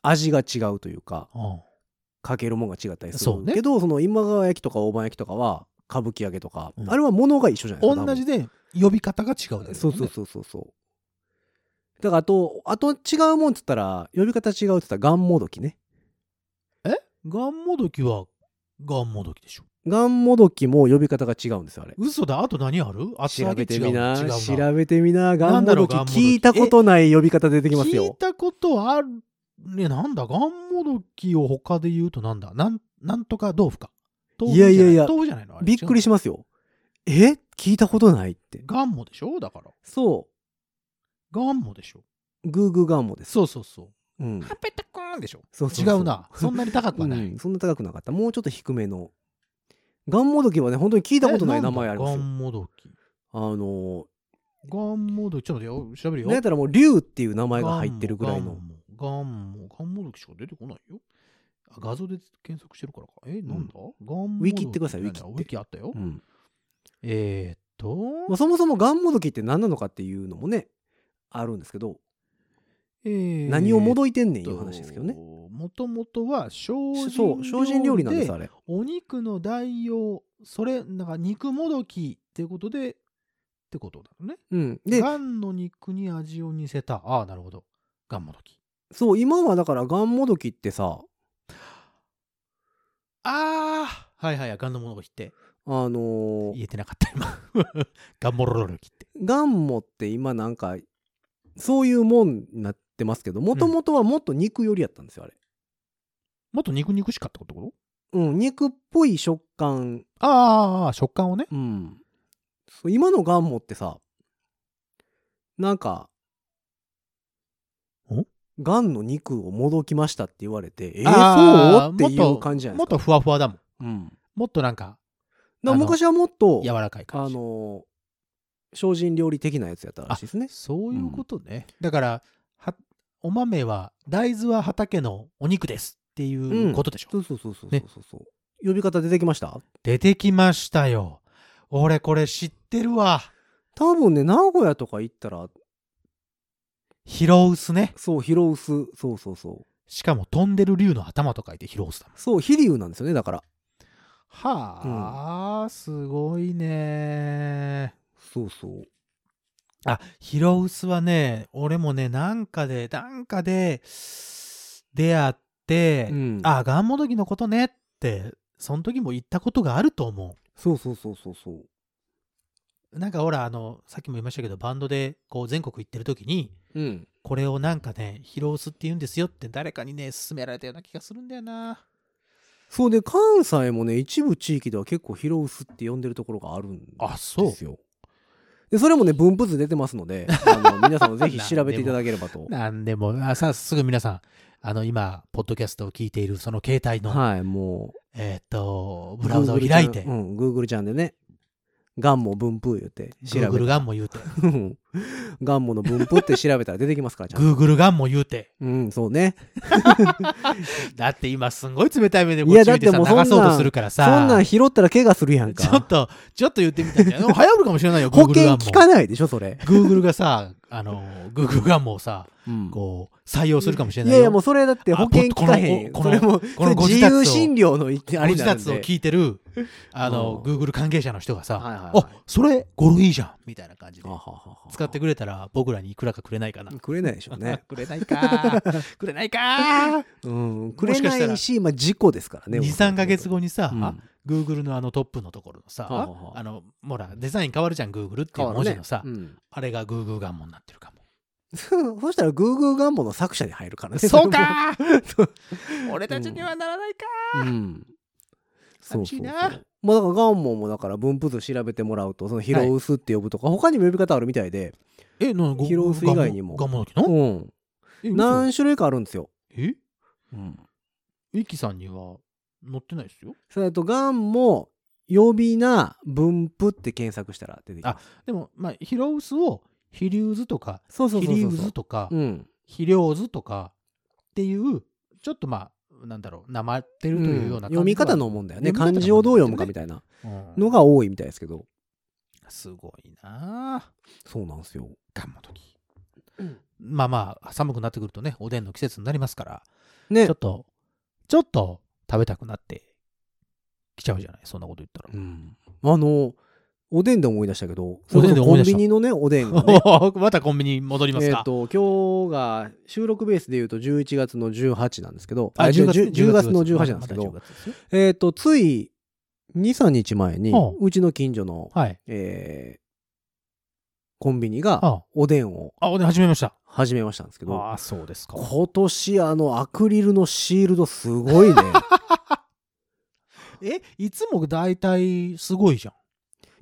S2: 味が違うというか、
S3: うん
S2: かけるもんが違ったりす
S3: そう
S2: る
S3: ね
S2: けど、そ,、の今川焼きとか大判焼きとかは、歌舞伎揚げとか、
S3: うん
S2: あれは物が一緒じゃないですか。
S3: 同じ
S2: で、
S3: で呼び方が違うだけだもんね
S2: そうそうそうそうそう。だからあと、あと違うもんっつったら、呼び方違うっつったら、ガンモドキね。
S3: ガンモドキはガンモドキでしょ。
S2: ガンモドキも呼び方が違うんですよ、あれ。
S3: 嘘だ。あと何ある厚
S2: 調
S3: 揚げ
S2: べて
S3: 違う
S2: みな、
S3: 違う
S2: 調べてみな、ガ
S3: な
S2: ンモ
S3: んだ
S2: ド
S3: ろう
S2: キ
S3: ガンモドキ
S2: 聞いたことない呼び方出てきます
S3: 聞い
S2: よ。
S3: たことある。ね、なんだ、ガンモドキを他で言うとなんだ、なん、なんとか豆腐か。豆腐
S2: いやいやいや
S3: じゃな豆腐じゃないのあれ
S2: びっくり
S3: 違
S2: しますよ。え聞いたことないって
S3: う。ガンモでしょだから。
S2: そ
S3: ガンモでしょ。
S2: う、グーグーガンモです。
S3: そうそうそう。
S2: うん。
S3: ハペタコーンでしょ。
S2: そうそう
S3: 違
S2: そう
S3: うな。そんなに高くはない。
S2: うん、そんな高くなかったもうちょっと低めのガンモドキはね本当に聞いたことない
S3: え
S2: 名
S3: んだ
S2: 前ありますよ
S3: ガンモドキ。
S2: あの
S3: ガンモドキ。ちょっと待ってよ。調べ
S2: ー
S3: るよ。
S2: なんやったらもう竜っていう名前が入ってるぐらいの
S3: ガンモ。ガンモ、ガンモドキしか出てこないよ。あ画像で検索してるからか。え、なんだ、ガンモドキ。
S2: ウィキってくださいウィキって
S3: あウィキあったよ。
S2: うん
S3: えー、っと、
S2: まあ、そもそもガンモドキって何なのかっていうのもねあるんですけど、
S3: えー
S2: 何をもどいてんねんいう話ですけどね
S3: もともとは精進
S2: そう精進料理なんですあれ
S3: お肉の代用、それ、なんか肉もどきっていうことで、ってことだよね。
S2: うんで
S3: ガンの肉に味を似せた。ああ、なるほど。ガンもどき。
S2: そう今はだからガンモドキってさ
S3: ああ、はいはいはい、ガンのもどきって。
S2: あのー
S3: 言えてなかった、今。 ガンもろろきって。
S2: ガンモって今なんかそういうもんになってますけどもともとはもっと肉寄りやったんですよあれ
S3: もっと肉肉しかったってこと
S2: うん、肉っぽい食感。
S3: ああ、食感をね。
S2: うん。そう今のガンモってさ、なんか
S3: ん、
S2: ガンの肉をもどきましたって言われて、えー、
S3: あー
S2: そうってい
S3: もっ
S2: う
S3: と
S2: 感じじゃない
S3: も
S2: ですか。
S3: っとふわふわだもん。
S2: うん。だか
S3: もっとなんから
S2: 昔はもっと
S3: 柔、らかい
S2: あ
S3: 感じ。
S2: の、精進料理的なやつやったらしいですね。
S3: そういうことね。だから、はお豆は、大豆は畑のお肉ですっていうことでしょ。
S2: そうそうそうそうそう
S3: ね
S2: そうそう、呼び方出てきました
S3: 出てきましたよ。俺これ知ってるわ。
S2: 多分ね、名古屋とか行ったら、
S3: ヒロウスね。
S2: そう、広薄、そうそうそう。
S3: しかも飛んでる竜の頭と書いてヒロウスだもん。
S2: そう、飛龍なんですよね、だから。
S3: はあ、すごいね。
S2: そうそう。
S3: あ、ヒロウスはね、俺もね、なんかで、なんかで、出会って、
S2: うん
S3: あ、ガンモドキのことねって、その時も言ったことがあると思
S2: そうそうそうそうそう。
S3: う。なんかほら、あの、さっきも言いましたけど、バンドで、こう、全国行ってる時に、
S2: うん。
S3: これをなんかね、ヒロスって言うんですよって誰かにね、勧められたような気がするんだよな。
S2: そうで関西もね一部地域では結構広薄って呼んでるところがあるんで
S3: あ、そ
S2: すよでそれもね分布図出てますの であの皆さんもぜひ調べていただければと
S3: なんでも、あさすぐ皆さん、あの、今、ポッドキャストを聞いている、その携帯の、
S2: はいもう
S3: えーっと、ブラウザを開いて
S2: う、ん Google ちゃんでねガンモ分布言って調べ
S3: Google ガンも言うて、
S2: うん ガンモの分布って調べたら出てきますからちゃんと
S3: Google ガンも言うて、
S2: うんそうね
S3: だって今すんごい冷たい目でこ
S2: い
S3: っ
S2: や
S3: ち見てさ
S2: だってもうそんな
S3: 流そうとするから
S2: そ
S3: さ
S2: んなん拾ったら怪我するやん
S3: ちょっ
S2: か
S3: とちょっと言ってみたんじゃんでも流行るかもしれない よ
S2: 保険
S3: Google
S2: 聞
S3: ガ
S2: か
S3: ンも
S2: ないでしょそれ、
S3: Google がさあの Google ガンもさ
S2: うん
S3: こう採用するかもしれ
S2: い
S3: ないよ
S2: やいやもうそれだって保険聞かへん
S3: あ
S2: よ
S3: こ
S2: そ
S3: こ
S2: れ
S3: の
S2: も
S3: この
S2: それ自由診療の一点あ
S3: ご
S2: り
S3: 自
S2: なん
S3: 殺を
S2: で
S3: 聞いてるあの
S2: う
S3: Google 関係者の人がさ
S2: はいはい
S3: 「
S2: はい
S3: おそれ語呂いいじゃん」みたいな感じで
S2: あはははは
S3: 使ってくれたら僕らにいくらかくれないかな
S2: くれないでしょうね
S3: くれないか くれない か
S2: うんく
S3: も
S2: れ
S3: しか
S2: な
S3: したら
S2: いしまあ事故ですからね
S3: 23か月後にさ、
S2: うん
S3: Google のあのトップのところのさ、
S2: はあはあ
S3: あのほらデザイン変わるじゃん Google っていう文字のさ、
S2: 変わ るね
S3: あれが Google ガンモになってるかも。
S2: うんそしたらグーグーガンボの作者に入るからね
S3: そう か
S2: それ
S3: 俺たちにはならないか、
S2: もうんそう
S3: 寂
S2: そ
S3: し
S2: う
S3: い
S2: そう
S3: な
S2: まあだからガンモもだから分布図調べてもらうとそのヒロウスって呼ぶとか他にも呼び方あるみたいで
S3: えなに
S2: ヒロウス以外にも
S3: ガンモの木の
S2: うん
S3: え嘘
S2: 何種類かあるんですよ
S3: え
S2: うん
S3: ウィキさんには載ってないですよ
S2: それとガンモ呼びな分布って検索したら出てきます
S3: でもまあヒロウスをヒリュウズとか
S2: そうそう
S3: ヒ
S2: そう
S3: リ
S2: そ
S3: ウ
S2: う
S3: ズとか
S2: うん
S3: ヒリョウズとかっていうちょっとまあなんだろうなまってるというような感じは、
S2: 読み方のもんだよね
S3: 読み方のもん
S2: 漢字をどう読むかみたいな
S3: うん
S2: のが多いみたいですけど
S3: すごいなあ
S2: そうなんですよ
S3: ガンモの木まあまあ寒くなってくるとねおでんの季節になりますから
S2: ね
S3: ちょっと、ちょっと食べたくなってきちゃうじゃない、そんなこと言った
S2: うんあのおでんで思い出したけど
S3: おでんで思い出した
S2: コンビニのねおでんが ね
S3: ら。 またコンビニ戻ります
S2: え
S3: か
S2: っ。と今日が収録ベースでいうと11月の18なんですけど
S3: あ
S2: 10 10
S3: 10
S2: 10月の18なんですけど
S3: まだ10月ですよ
S2: えっとつい23日前に
S3: はあ
S2: うちの近所の
S3: はい。
S2: えーコンビニ
S3: あ
S2: がおでんを
S3: あ、おでん始めました。
S2: 始めましたんですけど
S3: あ、そうですか
S2: 今年あのアクリルのシールドすごい ね
S3: え、いつも大体すごいじゃん。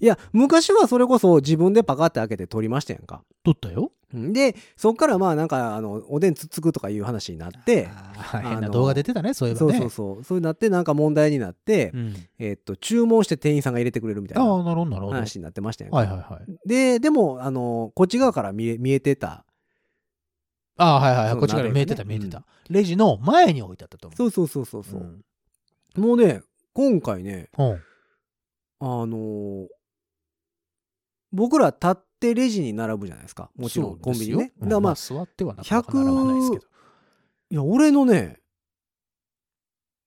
S2: いや昔はそれこそ自分でパカって開けて取りましたやんか
S3: 取ったよ。
S2: うんでそっからまあなんかあのおでんつっつくとかいう話になって
S3: あー
S2: の
S3: 変な動画出てたね、そういえば
S2: そう
S3: ね。
S2: そうそうそうなってなんか問題になって、
S3: うん
S2: えっと注文して店員さんが入れてくれるみたい
S3: ああ、
S2: な
S3: なるほど、なるほど。はい
S2: 話になってましたやんか
S3: はいはい。
S2: ででもあのこっち側から見え見えてた
S3: ああ、はいはいは
S2: そう
S3: い。こっちから見えて
S2: な
S3: た、
S2: る
S3: 見え
S2: よね
S3: てた。レジの前に置いてあったと思う。。
S2: そうそうそうそうそううんもうね今回ね
S3: うん
S2: あのー僕ら立ってレジに並ぶじゃないですかもちろんコンビニね
S3: そうですよ
S2: だからまあ、
S3: うん座ってはなかなか並ばないですけど。
S2: いや俺のね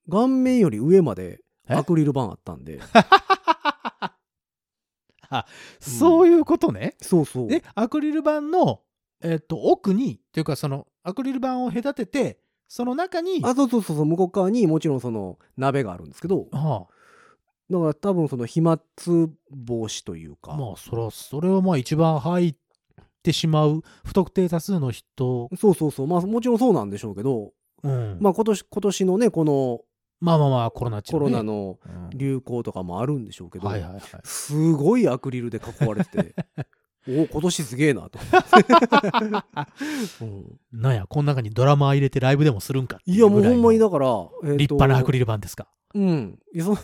S2: 顔面より上まで
S3: え
S2: アクリル板あったん で
S3: そういうことね。
S2: そうそう
S3: で、アクリル板の、えっと奥に、というかそのアクリル板を隔てて、その中に、
S2: あそうそうそうそう向こう側にもちろんその鍋があるんですけど
S3: は
S2: だから多分その飛沫防止というか、
S3: あ、まあそれは、それはまあ一番入ってしまう不特定多数の人、
S2: そうそうそうまあもちろんそうなんでしょうけど、
S3: うん
S2: まあ今年今年のねこの
S3: まあまあまあコロナ中、
S2: コ
S3: ね、
S2: ロナの
S3: うん、
S2: 流行とかもあるんでしょうけど、
S3: はいはいはい。
S2: すごいアクリルで囲われて てお今年すげえなと、うん
S3: なんや、この中にドラマー入れてライブでもするんかって
S2: い
S3: い
S2: や
S3: う
S2: も
S3: ぐ
S2: う
S3: ら
S2: ほ
S3: い
S2: んまに
S3: の立
S2: だから、えーと
S3: 派なアクリル板ですか。
S2: うんいやそ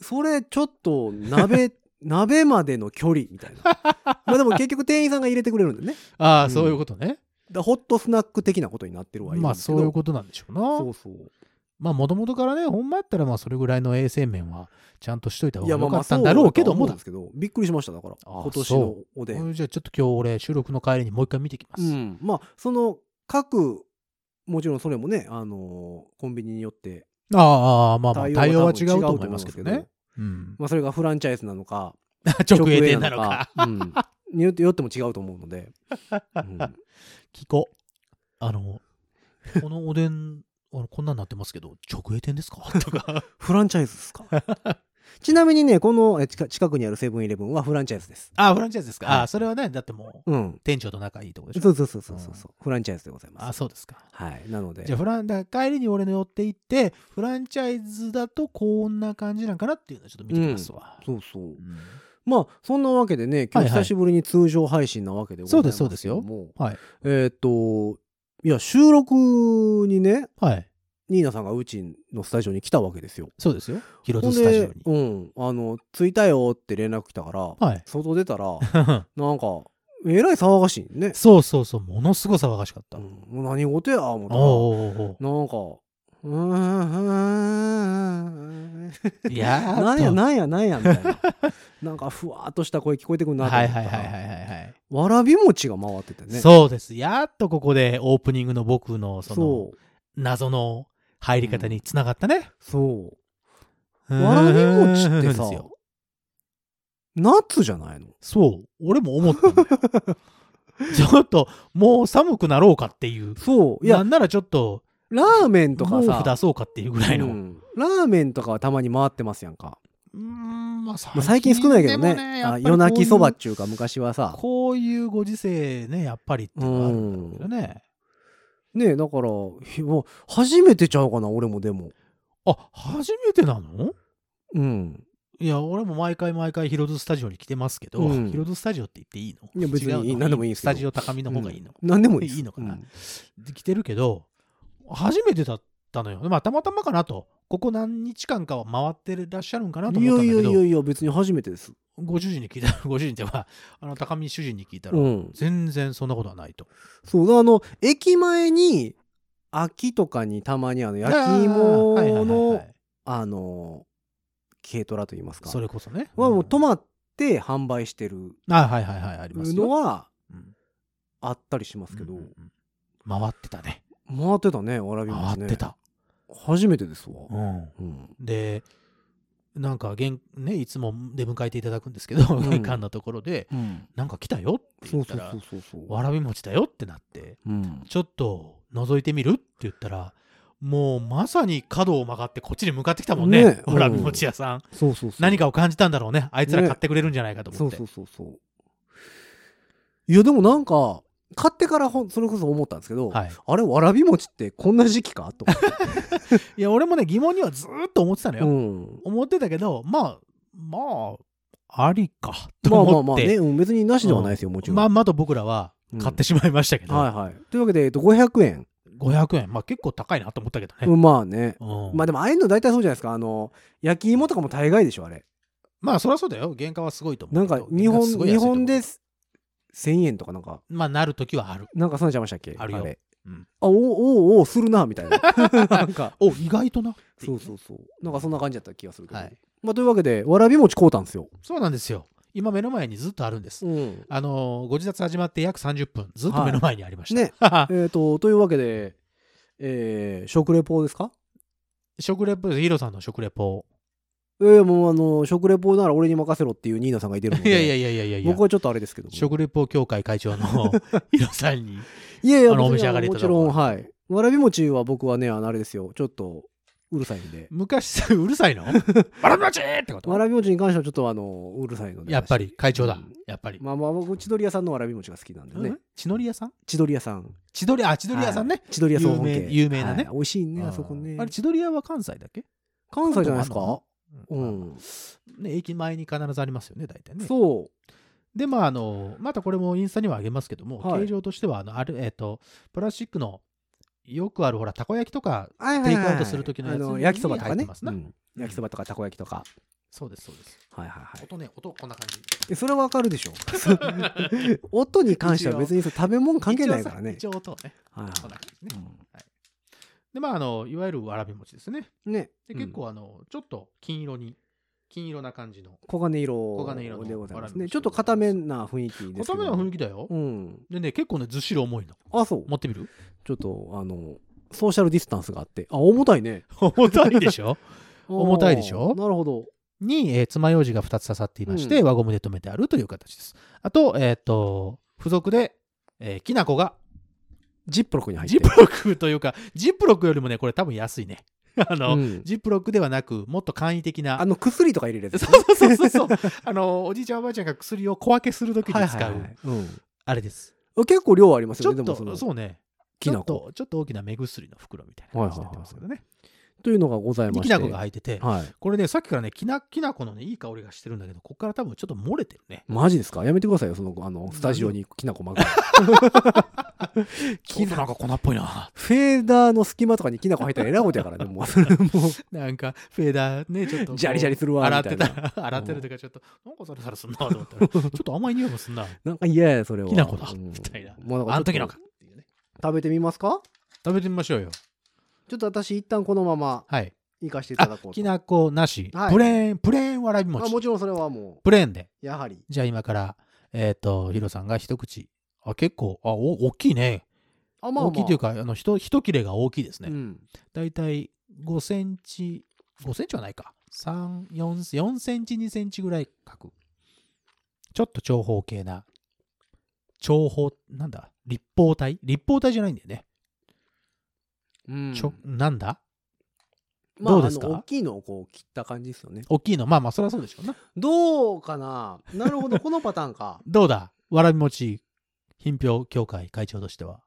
S2: それちょっと鍋 鍋までの距離みたいなまあでも結局店員さんが入れてくれるんでね
S3: ああ、
S2: うん
S3: そういうことね。
S2: だからホットスナック的なことになってるわ
S3: まあそういう
S2: と
S3: ことなんでしょうな。
S2: そうそう
S3: まあもともとからね、ほんまやったらまあそれぐらいの衛生面はちゃんとしといた方
S2: い
S3: が
S2: や
S3: よ
S2: まあまあ
S3: かったんだろうけども
S2: そう
S3: だ
S2: だと。は思うんですけどびっくりしましただから
S3: ああ
S2: 今年のおでん
S3: うんじゃあちょっと今日俺収録の帰りにもう一回見てきます。
S2: うん、まあその各もちろんそれもね、あのーコンビニによって
S3: ああああ、まあまあ対応は
S2: 多分
S3: 違うと思いますけどね。うん、
S2: まあ、それがフランチャイズなのか
S3: 直営店なのか。
S2: 直営なのか、うん、によってよっても違うと思うの で、うん
S3: 聞こう。あの、このお でん、あのこんなんなってますけど、直営店ですかとか。
S2: フランチャイズですかちなみにね、このえ近近くにあるセブンイレブンはフランチャイズです。
S3: あ、フランチャイズですか。
S2: はい
S3: あ、それはね、だってもう、
S2: うん。
S3: 店長と仲いいとこでしょ。。
S2: そうそうそうそうそううんフランチャイズでございま
S3: あ、
S2: す。
S3: そうですか。
S2: はい。なので
S3: じゃあ、、フラン、だから帰りに俺の寄って行って、フランチャイズだとこんな感じなんかなっていうのをちょっと見てきますわ。
S2: そうそう
S3: う。ん
S2: まあ、そんなわけでね、今日
S3: はいはい
S2: 久しぶりに通常配信なわけでございますけども。
S3: そうですそうですはい。
S2: えーっと、いや、収録にね、
S3: はい。
S2: ニーナさんがうちのスタジオに来たわけですよ。
S3: そうですよ。ヒロ
S2: ほ
S3: ト
S2: ん
S3: スタジ
S2: で
S3: オに、。
S2: うん、あの、着いたよって連絡来たから、
S3: はい。
S2: 外出たら、なんか、えらい騒がしいね。
S3: そうそうそう、ものすごい騒がしかった。
S2: う
S3: お
S2: ん
S3: う
S2: もう何事や思ったら
S3: おうおう
S2: なんか、うーん、
S3: おういやー
S2: なんや
S3: と
S2: なんやなんやみたい な。なんかふわーっとした声聞こえてくるなと
S3: は
S2: 思
S3: い
S2: った
S3: はいはいはい
S2: ら、
S3: はいはい。
S2: わらび餅が回っててね。
S3: そうです。やっとここでオープニングの僕のその
S2: そう。
S3: 謎の入り方につながったね。
S2: そうう。
S3: ん
S2: わらび餅って
S3: で
S2: さ
S3: すよ、
S2: ナッツじゃないの
S3: そう。俺も思ったんだ よ。ちょっともう寒くなろうかっていう。
S2: そう。い
S3: な
S2: や、
S3: んならちょっと
S2: ラーメンとか
S3: 毛布出
S2: さ、
S3: そうかっていうぐらいの。
S2: う
S3: うん
S2: ラーメンとかはたまに回ってますやんか。
S3: ーんま
S2: ま
S3: あ
S2: あ最近少ないけど
S3: でも
S2: ね。
S3: やっ
S2: あ
S3: ぱり
S2: 夜泣きそばっ
S3: こ
S2: ちゅうか昔は
S3: ういう
S2: さ。
S3: こういうご時世ね、やっぱりっていうのはあるんだろうけどね。
S2: ねえだから、ひもう初めてちゃうかな、俺もでも。
S3: あ、初めてなの
S2: うん。
S3: いや、俺も毎回毎回ヒロドスタジオに来てますけど、
S2: うん
S3: ヒロドスタジオって言っていいの
S2: いや別に
S3: 違うの
S2: いい何でもいいです
S3: ス
S2: けど
S3: タジオ高みの方がいいの。
S2: うん何でもいいです
S3: いいのかな
S2: うん
S3: で来てるけど、初めてだったのよ。まあ、たまたまかなと。ここ何日間かは回ってらっしゃるんかなと
S2: い
S3: 思っ
S2: や
S3: たん
S2: い
S3: だけど、
S2: やいやいや別に初めてです
S3: ご主人に聞いたら、 ご主人っては、あの、高見主人に聞いたら、
S2: うん
S3: 全然そんなことはないと。
S2: そうだあの駅前に秋とかにたまにあの焼き
S3: あーはいはい
S2: 芋
S3: はいは
S2: の
S3: い
S2: あの軽トラといいますか
S3: それこそね。
S2: はもう
S3: と
S2: 泊まって販売してる
S3: あ、はいはいはい、ありますよ。
S2: のは
S3: うん
S2: あったりしますけど、
S3: うんうん回ってたね。
S2: 回ってたねわらび餅
S3: 回
S2: ね
S3: ってた。
S2: 初めてですわ、
S3: うん。
S2: うん
S3: でなんかげん、ね、いつも出迎えていただくんですけど、
S2: ん
S3: 玄関のところで「なんか来たよ」って
S2: そ
S3: 言
S2: う
S3: っ
S2: そ
S3: た
S2: う
S3: ら
S2: そうそうそう
S3: わらび餅だよ」ってなって
S2: うん
S3: 「ちょっと覗いてみる?」って言ったらもうまさに角を曲がってこっちに向かってきたもんね
S2: ね
S3: わらび餅屋さん、
S2: そうそうそう
S3: 何かを感じたんだろうねあいつら買ってくれるんじゃないかと
S2: そ
S3: 思っ
S2: う
S3: て、
S2: そうそうそういやでもなんか買ってからほんそれこそ思ったんですけど、
S3: はい、
S2: あれわらび餅ってこんな時期かと思って、
S3: いや俺もね疑問にはずーっと思ってたのよ、
S2: うん、
S3: 思ってたけどまあまあありかと
S2: まあま
S3: 思
S2: あ
S3: って、
S2: まあね、うん別になしではないですよ、もちろん、
S3: まんまと僕らは買ってしまいましたけど、
S2: はいはいというわけで、えっと、500円、
S3: 500円まあ結構高いなと思ったけどね、
S2: うんまあね
S3: うん
S2: まあでもああいうの大体そうじゃないですかあの焼き芋とかも大概でしょあれ
S3: まあそりゃそうだよ原価はすごいと思
S2: な
S3: うんけど
S2: か日本
S3: 原価すごい安
S2: 日
S3: いと思う
S2: 本です1000円とかなんか
S3: まあなる時はある、
S2: なんかそんなんちゃいましたっけ
S3: あるよ
S2: れ
S3: うん
S2: あおおおおするなみたいな なんか
S3: お意外とな
S2: そうそうそうなんかそんな感じだった気がするけど、
S3: はい
S2: まあというわけでわらび餅買うたんですよ、
S3: そうなんですよ今目の前にずっとあるんです、
S2: うん、
S3: あのーご自殺始まって約30分ずっと目の前にありました、
S2: ねえっとというわけでえー食レポですか
S3: 食レポヒロさんの食 レポ
S2: いやいやもうあの食レポなら俺に任せろっていうニーナさんがいてるの
S3: い
S2: で
S3: やいやいやいやいやいや
S2: 僕はちょっとあれですけども
S3: 食レポ協会会長の ヒロさんに
S2: いやいや
S3: あ
S2: 別
S3: の
S2: に
S3: お召し上がりいた
S2: も
S3: だ
S2: ち
S3: こう
S2: ろんはいわらび餅は僕はねあのあれですよちょっとうるさいんで
S3: 昔 さうるさ いのバラバラチーってこと
S2: わらび餅に関してはちょっとあのうるさいので
S3: やっぱり会長
S2: う
S3: だ
S2: ん
S3: やっぱり、
S2: まあまあ僕千鳥屋さんのわらび餅が好きなんでね、
S3: うん血のり屋さん
S2: 千鳥屋さん
S3: 千鳥あ千鳥屋さんね、
S2: はい千鳥屋総本
S3: 有
S2: 家
S3: 名有名なね
S2: はい美味しいね
S3: うん
S2: あそこね
S3: あれ千鳥屋は関西だっけ
S2: 関西じゃないですかう
S3: うん
S2: ん
S3: ね、駅前に必ずありますよね大体ね
S2: そう
S3: でまああのまたこれもインスタにはあげますけども、
S2: はい
S3: 形状としてはあのある、えっとプラスチックのよくあるほらたこ焼きとか
S2: はい
S3: テイクアウトする時のやつに
S2: あ焼きそばとか
S3: 入っ
S2: ね
S3: てますな
S2: うん焼きそばとかたこ焼きとか
S3: そうですそうです
S2: はいはいはい
S3: 音ね音こんな感じ
S2: えそれはわかるでしょ 音に関しては別にそう食べ物関係ないからね
S3: 一応さ一応音ね
S2: はい
S3: こんな感じね、はい、でまああのいわゆるわらび餅ですね
S2: うんね
S3: で結構あの、ちょっと金色に金色な感じの
S2: 黄金色
S3: 黄金色の
S2: でございます
S3: わらび
S2: ね
S3: 餅
S2: ちょっと固めな雰囲気です
S3: 固めの雰囲
S2: 気
S3: 気だよ、
S2: うん
S3: でね結構ねずっしり重いの
S2: あそう
S3: 持って みる
S2: ちょっとあのソーシャルディスタンスがあってあ重たいね
S3: 重たいでしょ 重たいでしょ
S2: あーなるほど
S3: に、えー、爪楊枝が2つ刺さっていまして、
S2: うん
S3: 輪ゴムで留めてあるという形です。あと、えっ、と、付属で、えーきな粉が、
S2: ジップロックに入って
S3: ジップロックというか、ジップロックよりもね、これ多分安いね。 あの、
S2: うん
S3: ジップロックではなく、もっと簡易的な
S2: あ。の薬とか入れるやつね、
S3: そうそうそうそう。あの、おじいちゃんおばあちゃんが薬を小分けするときに使
S2: はいはいうは、いうん
S3: あれです。
S2: 結構量あります
S3: ちょ
S2: よ
S3: っ
S2: ね、でもそ
S3: と、
S2: の
S3: そうね。
S2: き
S3: ちょ
S2: な
S3: っ、
S2: こと
S3: ちょっと大きな目薬の袋みたいな感じになってますけどね。
S2: というのがござい
S3: に
S2: まし
S3: き
S2: て。
S3: な粉が入ってて、
S2: はい。
S3: これね、さっきからね、きな、きな粉のね、いい香りがしてるんだけど、ここから多分ちょっと漏れてるね。
S2: マジですかやめてくださいよ、その、あの、スタジオにきな粉まくの。
S3: ちょっとなんか粉っぽいな。
S2: フェーダーの隙間とかにきな粉入ったらえらいことやからね、も う。それも
S3: なんか、フェーダーね、ちょっとこ
S2: う、
S3: う。
S2: ジャリジャリするわ、
S3: 洗っ
S2: みた
S3: て
S2: い
S3: た
S2: な。
S3: ら、 洗ってるというか、ちょっと、なんかサラサラすんなと思った ら、ちょっと甘い匂いもすんな、
S2: なんか嫌や、それは。
S3: きな粉だ、
S2: うん
S3: みたいな。
S2: もうなんか
S3: あの時の
S2: ちょ
S3: か
S2: っ
S3: っていうね。
S2: と食べてみますか
S3: 食べてみましょうよ。
S2: ちょっと私、一旦このまま
S3: はい。
S2: 行かせていただこうと。
S3: きな粉なし、
S2: はい
S3: プレーン、プレーンわらび
S2: あ
S3: 餅。
S2: もちろんそれはも
S3: プレーンで。
S2: う、やはり。
S3: じゃあ今から、えっ、と、ヒロさんが一口。あ、結構、あ、お大きいね。
S2: あ、まあ、まあ、
S3: 大きいという
S2: か
S3: か、あの、ひと一切れが大きいですね。
S2: うん。
S3: だいたい5センチ、5センチはないか。3、4、4センチ、2センチぐらい角。ちょっと長方形な。長方、なんだ立方体立方体じゃないんだよね。
S2: うん
S3: ちょ、なんだ
S2: まあ
S3: どうですか
S2: あの大きいのをこう切った感じですよね。
S3: 大きいの。まあまあ、そりゃそうでしょうな。
S2: どうかななるほど、このパターンか。
S3: どうだわらび餅、品評協会会長としては。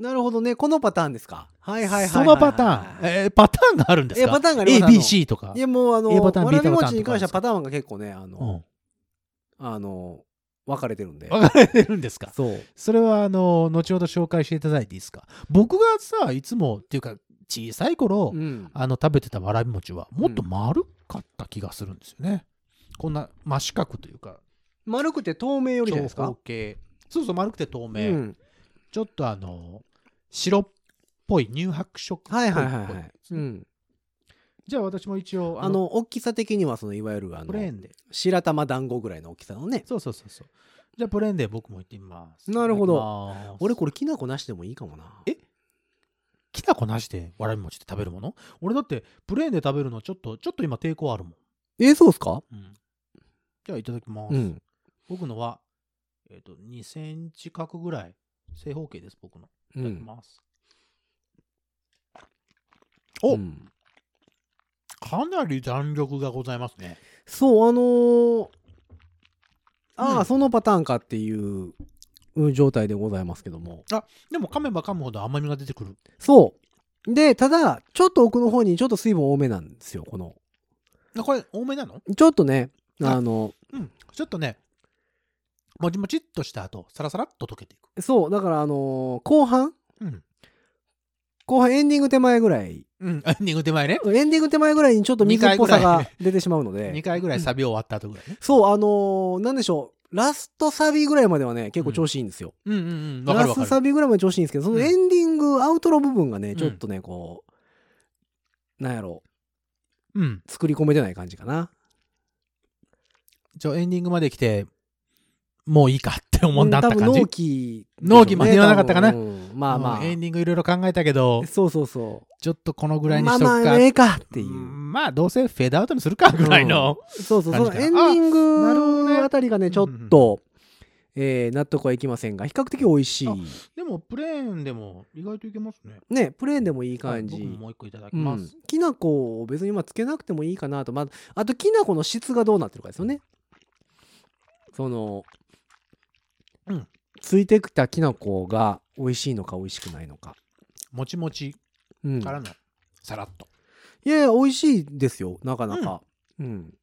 S2: なるほどね、このパターンですか。はいはいはいはい。
S3: そのパターン、
S2: え
S3: えーパターンがあるんですか
S2: えパターンがあります
S3: A、B、C とか
S2: い。やもうあの、
S3: A パターン
S2: わらび
S3: B パターン
S2: 餅に関しては
S3: と
S2: パターンが結構ね、あ
S3: う
S2: の、
S3: ん。
S2: あの、分かれてるんで。
S3: 分かれてるんですか
S2: そう。
S3: それは、あの、後ほど紹介していただいていいですか僕がさ、いつも、っていうか、小さい頃、
S2: うん。
S3: あの、食べてたわらび餅は、もっと丸かった気がするんですよね。こんな真四角というか、
S2: 丸くて透明よりじゃないです
S3: 長方
S2: か。
S3: 形。そうそう、丸くて透
S2: う
S3: 明。
S2: ん。
S3: ちょっとあの、白っぽい、乳白色っぽ
S2: はいい
S3: っぽ
S2: はいいはいはい。うん。
S3: じゃあ私も一応、
S2: あ、の、大きさ的には、その、いわゆる、あ
S3: プレー
S2: の、
S3: ンで。
S2: 白玉団子ぐらいの大きさのね。
S3: そうそうそうそう。じゃあプレーンで僕も行ってみます。
S2: なるほど
S3: いただきます
S2: 俺、これ、きな粉なしでもいいかもな。
S3: えきな粉なしでわらび餅って食べるもの俺だってプレーンで食べるのちょっとちょっと今抵抗あるもん。
S2: え、そうっすか
S3: うんじゃあいただきます。
S2: うん。
S3: 僕のはえっ、と2センチ角ぐらい正方形です僕の。
S2: う
S3: いただき
S2: ん。
S3: ます。お
S2: うん
S3: かなり弾力がございますね。
S2: そう、あのーああ、
S3: うん
S2: そのパターンかっていううん状態でございますけども。
S3: あでも噛めば噛むほど甘みが出てくる。
S2: そう。で、ただ、ちょっと奥の方にちょっと水分多めなんですよ、この。
S3: あこれ多めなの
S2: ちょっとね、
S3: あ
S2: あの、
S3: うん。ちょっとねもちもちっとした後サラサラっと溶けていく。
S2: そう、だからあのー後半
S3: うん。
S2: 後半エンディング手前ぐらい、
S3: うん、 エンディング手前ね。
S2: エンディング手前ぐらいにちょっと水っぽさ
S3: 二回ぐ
S2: が出てしまうの
S3: 2
S2: で、
S3: 回ぐらいサビ終わった後ぐらいね。
S2: そう、あのーなんでしょう、ラストサビぐらいまではね、結構調子いいんですよ。
S3: うんうんうん。わか
S2: ラ
S3: る
S2: ス
S3: わか
S2: ト
S3: る。
S2: サビぐらいまで調子いいんですけど、そのエンディング、アウトロ部分がね、
S3: ん
S2: ちょっとね、こう、なんやろ
S3: うん。
S2: う、作り込めてない感じかな。
S3: ちょ、エンディングまで来て、もういいかって思うんだった
S2: 多
S3: 感
S2: 分
S3: じ
S2: 納。期、
S3: 納期間に合わなかったかな
S2: 多分うんまあま
S3: う
S2: あ
S3: ん。エンディングいろいろ考えたけど、
S2: そうそうそう。
S3: ちょっとこのぐらいにしとく
S2: ま
S3: か。
S2: あまあ、ええかっていうう。
S3: んまあ、どうせフェードアウトにするかぐらいの。
S2: そうそう、そ
S3: 感じ
S2: の
S3: かな
S2: エンディン
S3: あなるほどね
S2: グあたりがね、ちょっと、えー納得はいきませんが、比較的美味しい。
S3: でも、プレーンでも意外といけますね。
S2: ね、プレーンでもいい
S3: い
S2: 感じ。
S3: 僕ももう一個いただき
S2: う
S3: ま
S2: ん
S3: す。、
S2: きな粉を別に今つけなくてもいいかなと、まあ、あときな粉の質がどうなってるかですよねその、
S3: うん
S2: ついてきたきな粉が美味しいのか美味しくないのか、
S3: もちもち
S2: うん、
S3: からの、さらっと。
S2: いやいや美味しいですよなかなか、うん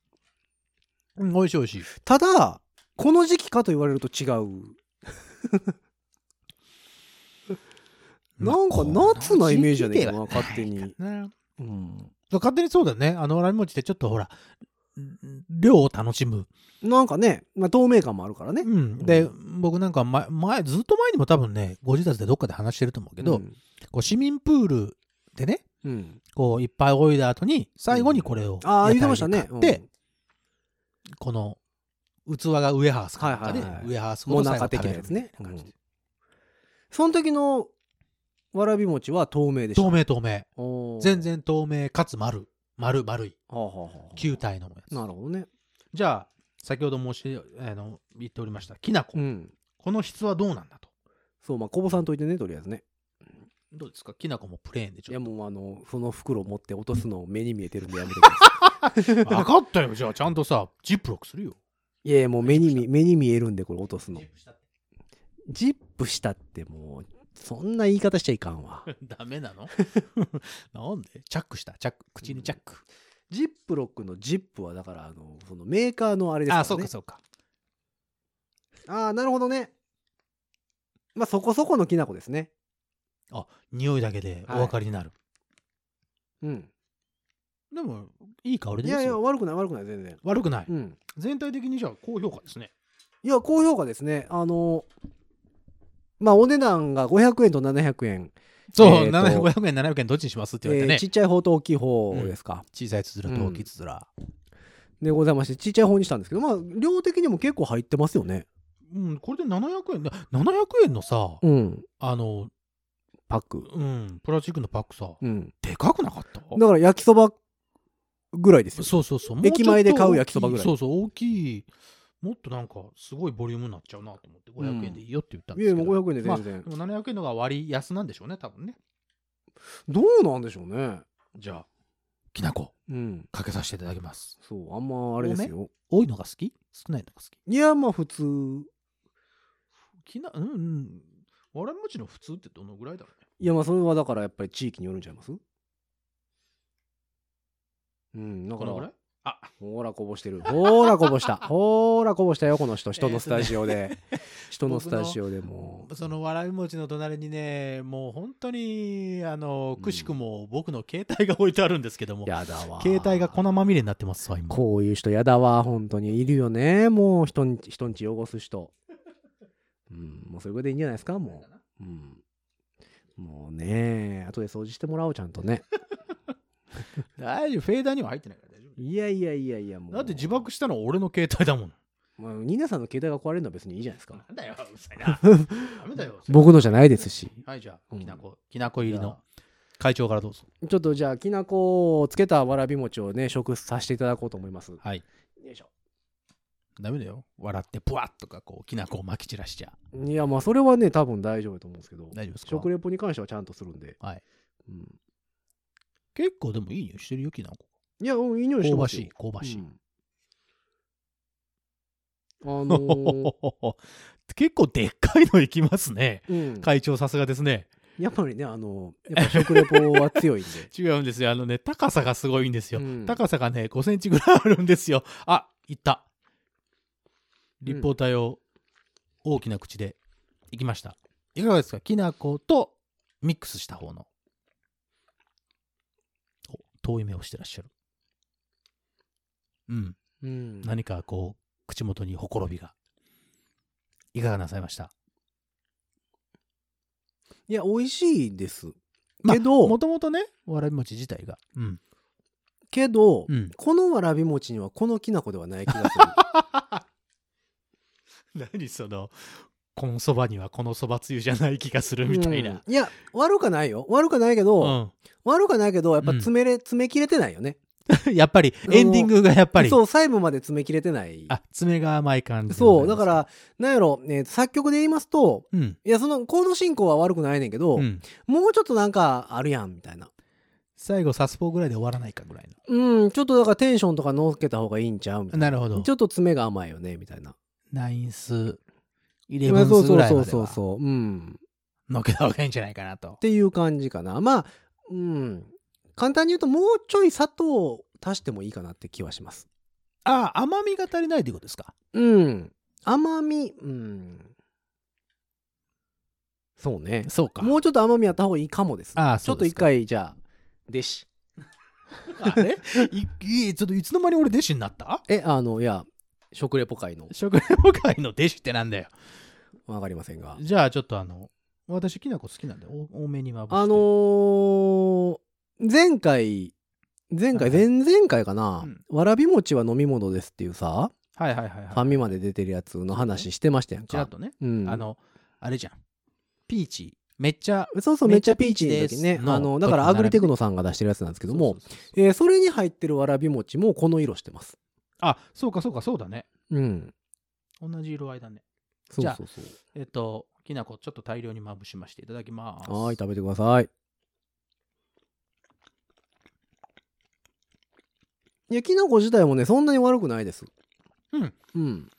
S3: うん、美味しい美味しい。
S2: ただこの時期かと言われると違うなんか夏なイメージじゃねえかな
S3: まあ
S2: 勝手に。
S3: こんな時期ではないかな
S2: うん、
S3: 勝手にそうだね。あの、わらび餅ってちょっとほら、うん量を楽しむ。
S2: なんかね、まあ、透明感もあるからね、
S3: うん、で僕なんか前前ずっと前にも多分ねご自宅でどっかで話してると思うけど、
S2: うん
S3: こう市民プールでね
S2: うん
S3: こういっぱい泳いだ後に最後にこれを
S2: ああ言ってま
S3: 屋
S2: した
S3: 台で買
S2: ね
S3: っ、
S2: うん
S3: てこの器がウエハースかなんかで、
S2: はいはいはい
S3: ウエハース
S2: も
S3: ご
S2: う
S3: と
S2: な
S3: 最
S2: んか
S3: 後
S2: 的
S3: 食べ
S2: な
S3: る
S2: やつね。
S3: みたいな感じで
S2: その時のわらび餅は透明でした。
S3: 透明透明
S2: 明
S3: 全。然透明かつ丸丸丸い
S2: はあはあはあ
S3: 球体のやつ
S2: なるほどね。
S3: じゃあ先ほど申しあの言っておりましたきなこ、
S2: うん。
S3: この質はどうなんだと
S2: そう、まあ、こぼさんといてね、とりあえずね。
S3: どうですかきなこもプレーンで
S2: い
S3: ち
S2: や
S3: ょっ
S2: もうあのその袋を持って落とすのを目に見えてるんでやめてくださ
S3: と。分かったよ。じゃあちゃんとさ、ジップロックするよ。
S2: いいやいやもう目に見目に見えるんでこれ落とすのジップしたってもうそんな言い方しちゃいかんわ
S3: ダメなの なんでチャックした。チャック。口にチャック。
S2: ジップロックのジップはだからあのそのメーカーのあれですから、ね、
S3: あ、そうかそうか。
S2: ああなるほどねまあそこそこのきな粉ですね
S3: 匂いだけでお分かりになる。
S2: うん
S3: でも、いい香り
S2: い
S3: ですよ。
S2: やいや悪くない悪くない全然
S3: 悪くない、
S2: うん
S3: 全体的にじゃあ高評価ですね。
S2: いや高評価ですねあのまあお値段が500円と700円、
S3: そう、
S2: えーと
S3: 700 500円、700円どっちにしますって言われて
S2: え
S3: ね。
S2: ーちっちゃい方と大きい方ですか、
S3: 小さいつづらと大きいつづら。
S2: でございましてちっちゃい方にしたんですけどまあ量的にも結構入ってますよね
S3: うん、これで700円。な700円のさ、
S2: うん
S3: あの、
S2: パック
S3: うん、プラスチックのパックさ、
S2: うん
S3: でかくなかった
S2: だから焼きそばぐらいですよ
S3: そうそうそう。もう
S2: 駅前で買う焼きそばぐらい
S3: ちょっと大きそうそう、大きい。もっとなんか、すごいボリュームになっちゃうなと思って、500円でいいよって言ったん
S2: い
S3: で
S2: やい
S3: す
S2: や
S3: けど。
S2: もう500円で
S3: まあ
S2: 全然、
S3: でも700円のが割安なんでしょうね、多分ね。
S2: どうなんでしょうね
S3: じゃあ、きなこ、
S2: うん
S3: かけさせていただきます。
S2: そうあんまあれですよ
S3: 多いのが好き少ないのが好き
S2: いやまあ普通
S3: きな、うん、うん。わらび餅の普通ってどのぐらいだろうね。
S2: いやまあそれはだからやっぱり地域によるんちゃいますうんだ
S3: こ
S2: か
S3: の
S2: ら
S3: ぐらいあ、
S2: ほーらこぼしてるほーらこぼした ほーらこぼしたよこの人人のスタジオで人のスタジオでも
S3: そのわらび餅の隣にね、もう本当に、あの
S2: うん、
S3: くしくも僕の携帯が置いてあるんですけども、
S2: やだわ
S3: 携帯が粉まみれになってますわ、今。
S2: こういう人やだわ、本当に。いるよね、もう人ん人んち汚す人。うん、もうそれぐらいでいいんじゃないですか、もう。うん。もうね、後で掃除してもらおう、ちゃんとね。
S3: 大丈夫、フェーダーには入ってないから大丈
S2: いやいやいやいや、もう。
S3: 夫。だって自爆したのは俺の携帯だもん。
S2: まあ、ニーナさんの携帯が壊れるのは別にいいじゃないですか。
S3: なんだよ、うるさい な。ダメだよ。
S2: 僕のじゃないですし。
S3: はい、じゃ
S2: う
S3: あ、
S2: ん
S3: きなこ、きなこ入りの会長からどうぞ。
S2: ちょっとじゃあ、きな粉をつけたわらび餅をね、食させていただこうと思います。よ
S3: はい。
S2: いしょ。
S3: ダメだよ。笑って、ぷわっとか、こう、きなこをまき散らしちゃ。
S2: いや、まあ、それはね、多分大丈夫だと思うんですけど、
S3: 大丈夫ですか
S2: 食レポに関してはちゃんとするんで。
S3: はい。
S2: うん、
S3: 結構でもいい匂いしてるよ、きなこ。
S2: いや、うん、いい匂いして
S3: 香ば
S2: ます
S3: し
S2: よ
S3: い、。香ばしい。
S2: うんあの ー
S3: 結構でっかいのいきますね。
S2: うん、
S3: 会長さすがですね。
S2: やっぱりねあのやっぱ食レポは強いん で
S3: 違うんですよ。あのね、高さがすごいんですよ。
S2: うん
S3: 高さがね、5センチぐらいあるんですよ。あ、いった。立方体を大きな口でいきました。いかがですかきな粉とミックスした方の。お遠い目をしてらっしゃる。うん。
S2: うん
S3: 何かこう、口元にほころびが。いかがなさいました
S2: いや美味しいです
S3: まあ
S2: けど、
S3: もともとね、わらび餅自体が。うん。
S2: けど、
S3: うん。
S2: このわらび餅にはこのきな粉ではない気がする
S3: 何その、このそばにはこのそばつゆじゃない気がする みたいな。
S2: うんいや悪くないよ悪くないけど、
S3: うん。
S2: 悪くないけどやっぱ詰めれ、詰め切れてないよね
S3: やっぱり、エンディングがやっぱり。
S2: そう細部まで詰め切れてない
S3: あ、爪が甘い感じで
S2: そ
S3: ご
S2: う
S3: ざ
S2: だ
S3: います。
S2: からなんやろ、ね、作曲で言いますと
S3: うん。
S2: いやそのコード進行は悪くないねんけど、
S3: うん。
S2: もうちょっとなんかあるやんみたいな
S3: 最後、サスポーぐらいで終わらないかぐらい
S2: うん、ちょっとだからテンションとか乗っけた方がいいんちゃうみたい
S3: の。
S2: な。
S3: なるほど
S2: ち。ょっと爪が甘いよね、みたいな。
S3: ナインス、イレブンスぐらい
S2: そ
S3: ま
S2: う
S3: で
S2: そう
S3: は
S2: そう。うん。
S3: のっけた方がいいんじゃないかなと
S2: っ。ていう感じかな。まあ、うん。簡単に言うと、もうちょい砂糖を足してもいいかなって気はします。
S3: あ、甘みが足りないということですか。
S2: うん。甘み、うん。そうね。
S3: そうか。
S2: もうちょっと甘みあった方がいいかもです。
S3: あ
S2: ちょ
S3: そ
S2: っ
S3: う
S2: と
S3: で
S2: 一
S3: すか
S2: 回、じゃあ、弟子。
S3: あれいいちょっといつの間に俺弟子になった
S2: え、あの、いや、食レポ会の、
S3: 食レポ界の弟子ってなんだよ。
S2: わかりませんが。
S3: じゃあちょっとあの、私きなこ好きなんで、お多めにまぶして。
S2: あのー前回、前回、
S3: はいは
S2: 前々回かな、
S3: うん
S2: わらび餅は飲み物ですっていうさ、
S3: はいはいはい
S2: ファ
S3: はい。
S2: ミマで出てるやつの話してましたやん
S3: ちらっ
S2: か。
S3: とね、
S2: うん、
S3: あの、あれじゃん。ピーチ、めっちゃ、
S2: そうそう、め
S3: め
S2: っ
S3: っ
S2: ち
S3: ち
S2: ゃ
S3: ゃ
S2: ピーチの
S3: ピーチで
S2: 時
S3: す
S2: ね。
S3: の
S2: あの、だからア
S3: 時並べて
S2: グリテクノさんが出してるやつなんですけども、
S3: そうそうそう
S2: えーそれに入ってるわらび餅もこの色してます。
S3: あ、そうかそうかそうだね。
S2: うん。
S3: 同じ色合いだね。
S2: そう
S3: じゃあ
S2: そうそう。
S3: えっと、きな粉ちょっと大量にまぶしましていただきます。
S2: はい、食べてください。いや、きな粉自体もね、そんなに悪くないです。
S3: うん。
S2: うん。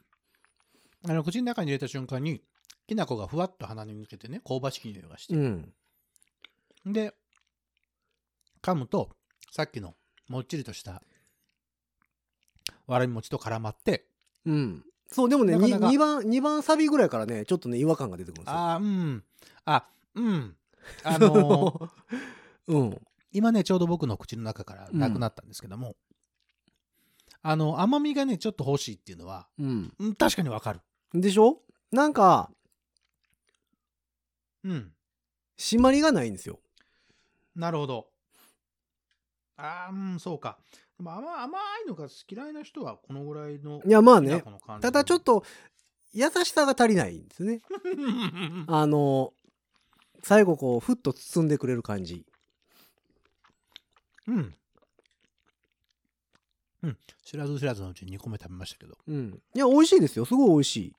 S3: あの口の中に入れた瞬間に、きな粉がふわっと鼻に抜けてね、香ばしき匂いがして
S2: う。ん。
S3: で、噛むと、さっきのもっちりとしたわらび餅と絡まって、
S2: うん。そう、でもね、
S3: なかなか
S2: 2番、二番サビぐらいからね、ちょっとね、違和感が出てくるんですよ。
S3: あーうん、あ、 うん、あのー
S2: うん。
S3: 今ね、ちょうど僕の口の中からなくなったんですけども、あの、甘みがね、ちょっと欲しいっていうのは、
S2: うん。
S3: うん、確かにわかる。
S2: でしょなんか、
S3: うん、
S2: 締まりがないんですよ。
S3: なるほど。あーうん、そうか。でも甘甘いのが嫌いな人はこのぐらいの
S2: いや、まあ
S3: きな
S2: ね
S3: 粉、の感じ
S2: ただちょっと、優しさが足りないんですね。あの、最後こう、ふっと包んでくれる感じ。
S3: うん。うん。知らず知らずのうちに2個目食べましたけど、
S2: うん。いや、美味しいですよ。すごい美味しい。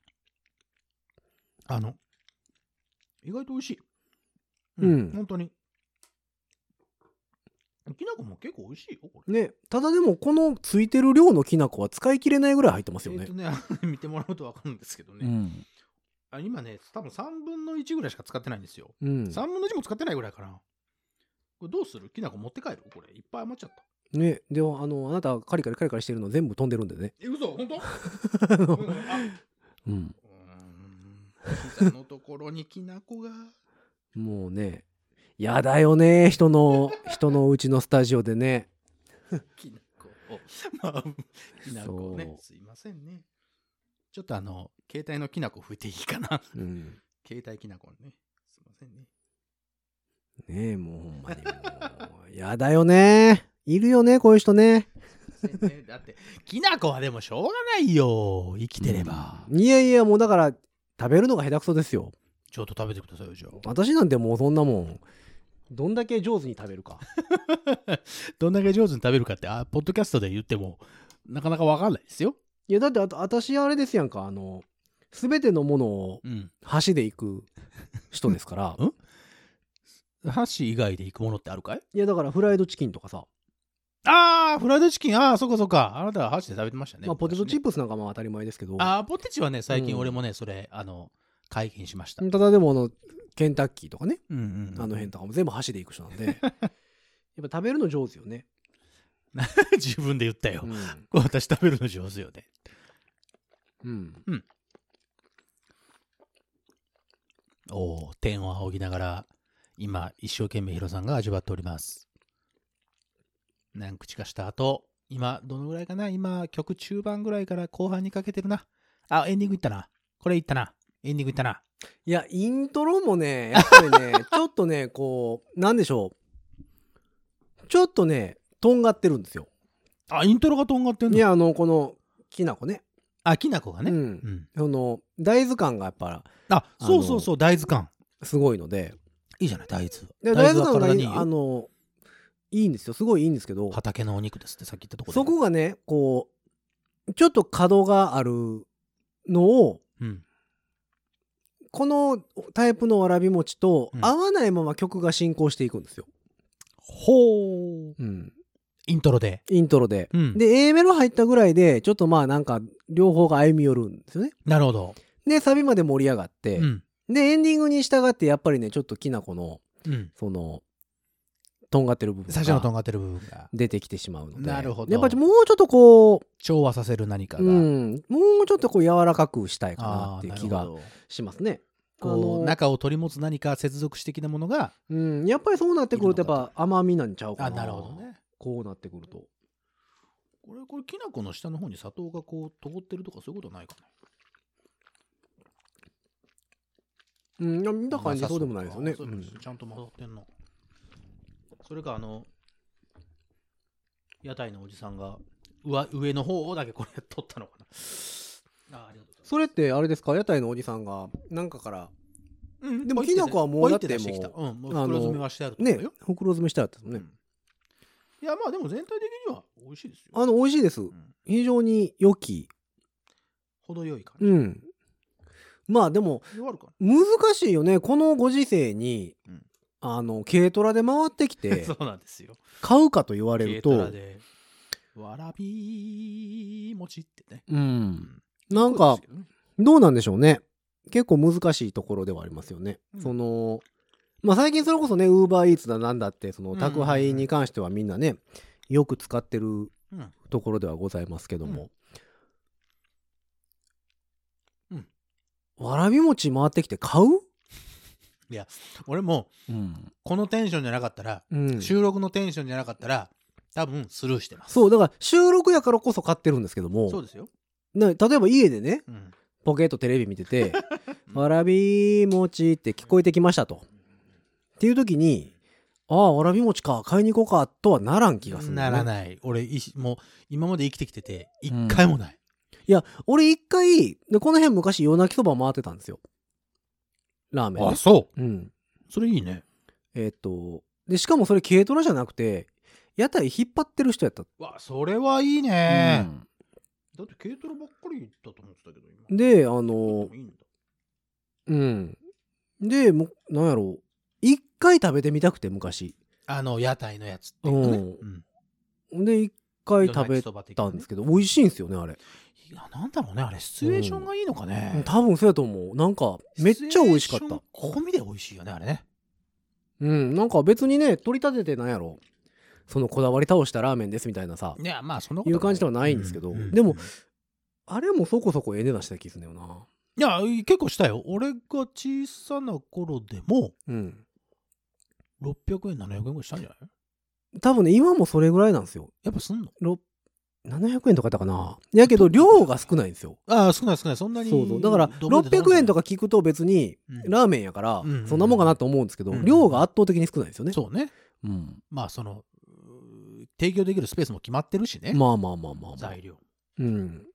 S3: あの、意外と美味しい。
S2: うん
S3: 本当に。きな粉も結構美味しいよ、これ。
S2: ね、ただでもこのついてる量のきな粉は使い切れないぐらい入ってますよ
S3: え
S2: ね
S3: っと。ね、 見てもらうと分かるんですけどね。
S2: ん。
S3: あ今ね、多分3分の1ぐらいしか使ってないんですよ。
S2: うん。
S3: 3分の1も使ってないぐらいかな。これどうするきな粉持って帰るこれ、いっぱい余っちゃった。
S2: ね、ではあのあなたカリカリカリカリしてるの全部飛んでるんでね。
S3: え、嘘 本当
S2: あ
S3: う
S2: の
S3: んあ
S2: うん。
S3: うーん。膝のところにきな粉が。
S2: もうね、やだよね、人の 人のうちのスタジオでね。
S3: きなこを。 まあ、きなこをね
S2: そ。う
S3: すいませんね。ちょっとあの、携帯のきなこ拭いていいかな。
S2: うん。
S3: 携帯きなこね。すいませんね。
S2: ねえもうほんまにもうやだよね。いるよねこういう人ね。
S3: すいません ね。だって、きなこはでもしょうがないよ。生きてれば。
S2: いやいやもうだから食べるのが下手くそですよ。
S3: ちょっと食べてくださいよ、じゃあ。
S2: 私なんてもうそんなもん。どんだけ上手に食べるか。
S3: どんだけ上手に食べるかって、あ、ポッドキャストで言っても、なかなかわかんないですよ。
S2: いやだってあと私あれですやんかあの全てのものを
S3: うん。
S2: 箸でいく人ですから
S3: ん箸以外で行くものってあるかい
S2: いやだからフライドチキンとかさ、
S3: ああ、フライドチキン。ああ、そっかそっか。あなたは箸で食べてましたね。
S2: まあ、ポテトチッ
S3: プ。
S2: プスなんかも当たり前ですけど
S3: ああ、ポテチはね、最近
S2: うん
S3: 俺もね、それ、あの、解禁しました。
S2: ただでもあのケンタッキーとかね、
S3: うんうんうん
S2: あの辺とかも全部箸でいく人なん でやっぱ食べるの上手よね、
S3: 自分で言ったよ、
S2: うん
S3: 私食べるの上手よね
S2: うん
S3: おお天を仰ぎながら今一生懸命ヒロさんが味わっております何口かした後今どのぐらいかな今曲中盤ぐらいから後半にかけてるなあエンディングいったなこれいったなエンディングいったない
S2: やイントロもねやっぱり ねちょっとねこうなんでしょうちょっとねとんがってるんですよ
S3: あイントロがとんがってん
S2: い
S3: の
S2: やあのこのきな粉ね
S3: あきなこがね
S2: う
S3: うん、
S2: んその大豆感がやっぱ
S3: あそうそうそう大豆感
S2: すごいので
S3: いいじゃない大豆
S2: で大豆
S3: は
S2: 感が
S3: 体に
S2: い
S3: い
S2: い
S3: い
S2: あ
S3: よ
S2: のいいんですよすごいいいんですけど
S3: 畑のお肉ですってさっき言ったところ
S2: そこがねこうちょっと角があるのを
S3: うん
S2: このタイプのわらび餅と
S3: うん
S2: 合わないまま曲が進行していくんですよ、
S3: ほう
S2: うん
S3: イントロで
S2: イントロで。
S3: うん
S2: で A メロ入ったぐらいでちょっとまあなんか両方が歩み寄るんですよね。
S3: なるほど
S2: でサビまで盛り上がって、
S3: うん
S2: でエンディングに従ってやっぱりねちょっときなこの
S3: うん
S2: そのとんがってる部分
S3: 最初のとん
S2: が
S3: がってる部分が
S2: 出てきてしまうので
S3: なるほど
S2: やっぱりもうちょっとこう
S3: 調和させる何かが、
S2: うん、もうちょっとこう柔らかくしたいかな
S3: あ
S2: っていう
S3: ーなる
S2: 気
S3: ほ
S2: が
S3: ど
S2: しますね。あ
S3: こう
S2: の
S3: 中を取り持つ何か接続詞的なものが
S2: うん、やっぱりそうなってくるとやっぱ甘みなんちゃうかな
S3: あなるほどね
S2: こうなってくると
S3: これこれきな粉の下の方に砂糖がこう通ってるとかそういうことないかな
S2: うんいや見た感じ
S3: な
S2: そ
S3: さ
S2: ううでもないですよね
S3: あそうですちゃんと混ざってんのそれかあの屋台のおじさんが上上の方をだけこれ取ったのかなあありがとうございます
S2: それってあれですか屋台のおじさんがなんかから
S3: うん
S2: でもきな粉はもう
S3: ポイって
S2: だ
S3: 出
S2: って
S3: し
S2: も
S3: て
S2: う
S3: きたうんもう袋詰めはしてあると思う
S2: ね
S3: よ、
S2: 袋詰めしてあったん
S3: う
S2: ですね
S3: んいやまあでも全体的には美味しいですよ
S2: あの美味しいです
S3: うん
S2: 非常に良き
S3: 程よい感じ、
S2: うんまあでも
S3: 弱るか
S2: 難しいよねこのご時世に、
S3: うん
S2: あの軽トラで回ってき
S3: な、
S2: て
S3: そうなんですよ。
S2: 買うかと言われる
S3: 軽トラ
S2: と
S3: でわらび餅ってね。
S2: うん
S3: ん
S2: なんか
S3: そうですけどね
S2: どうなんでしょうね結構難しいところではありますよね、
S3: うん
S2: そのまあ最近それこそねウーバーイーツだなんだってその
S3: うん
S2: 宅配に関してはみんなねよく使ってる
S3: うん
S2: ところではございますけども、
S3: うん
S2: わらび餅回ってきて買う
S3: 俺も
S2: うん、
S3: このテンションじゃなかったら、
S2: うん、
S3: 収録のテンションじゃなかったら多分スルーしてます。
S2: そうだから収録やからこそ買ってるんですけども
S3: そうですよ。
S2: な例えば家でね
S3: うん、
S2: ポケットテレビ見てて わらび餅って聞こえてきましたと。っていう時に、ああ、わらび餅か、買いに行こうか、とはならん気がする、
S3: なら
S2: い。
S3: ない。俺、いしもう今まで生きてきてて、一
S2: うん
S3: 回もない。
S2: いや、俺一回、でこの辺昔夜泣きそば回ってたんですよ。ラーメンね。
S3: そ
S2: うん。
S3: う。それいいね。
S2: えーっと、で、しかもそれ軽トラじゃなくて、屋台引っ張ってる人やった。
S3: わ、それはいいね。だって軽トラばっかりだと思ってたけど、今。
S2: で、あの
S3: いいんだ
S2: うん。で、もう、なんやろう。一回食べてみたくて、昔。
S3: あの、屋台のやつっていうかね。
S2: う
S3: うん。
S2: で、一回食べ
S3: たん
S2: ったんですけど、美味しいんですよね、あれ。
S3: いや、なんだろうね、あれ、シチュエーションがいいのかね。
S2: 多分そうやと思う。なんか、めっちゃ美味しかっ
S3: シチュエ
S2: た
S3: ー。ション込みで美味しいよね、あれね。
S2: うん、なんか別にね、取り立ててなんやろ。そのこだわり倒したラーメンですみたいなさ。
S3: いや、まあ、その
S2: いう感じではないんですけどでもあれもそこそこええ値段した気すんだよな。
S3: いや、結構したよ。俺が小さな頃でも、
S2: うん。
S3: 600円、700円ぐらいしたんじゃない
S2: 多分ね、今もそれぐらいなんですよ。
S3: やっぱすんの
S2: ろ700円とかやったかな。やけど、量が少ないんですよ。
S3: ああ、少ない少ない。そんなに。
S2: そうそう。だから、600円とか、聞くと別に、ラーメンやから
S3: うんうん、
S2: そんなもんかなと思うんですけど
S3: う、ん
S2: 量が圧倒的に少ないんですよね。
S3: そうね。
S2: うん。
S3: まあ、その、うー提供できるスペースも決まってるしね。
S2: まあまあまあまあまあ
S3: 材。料。
S2: うん。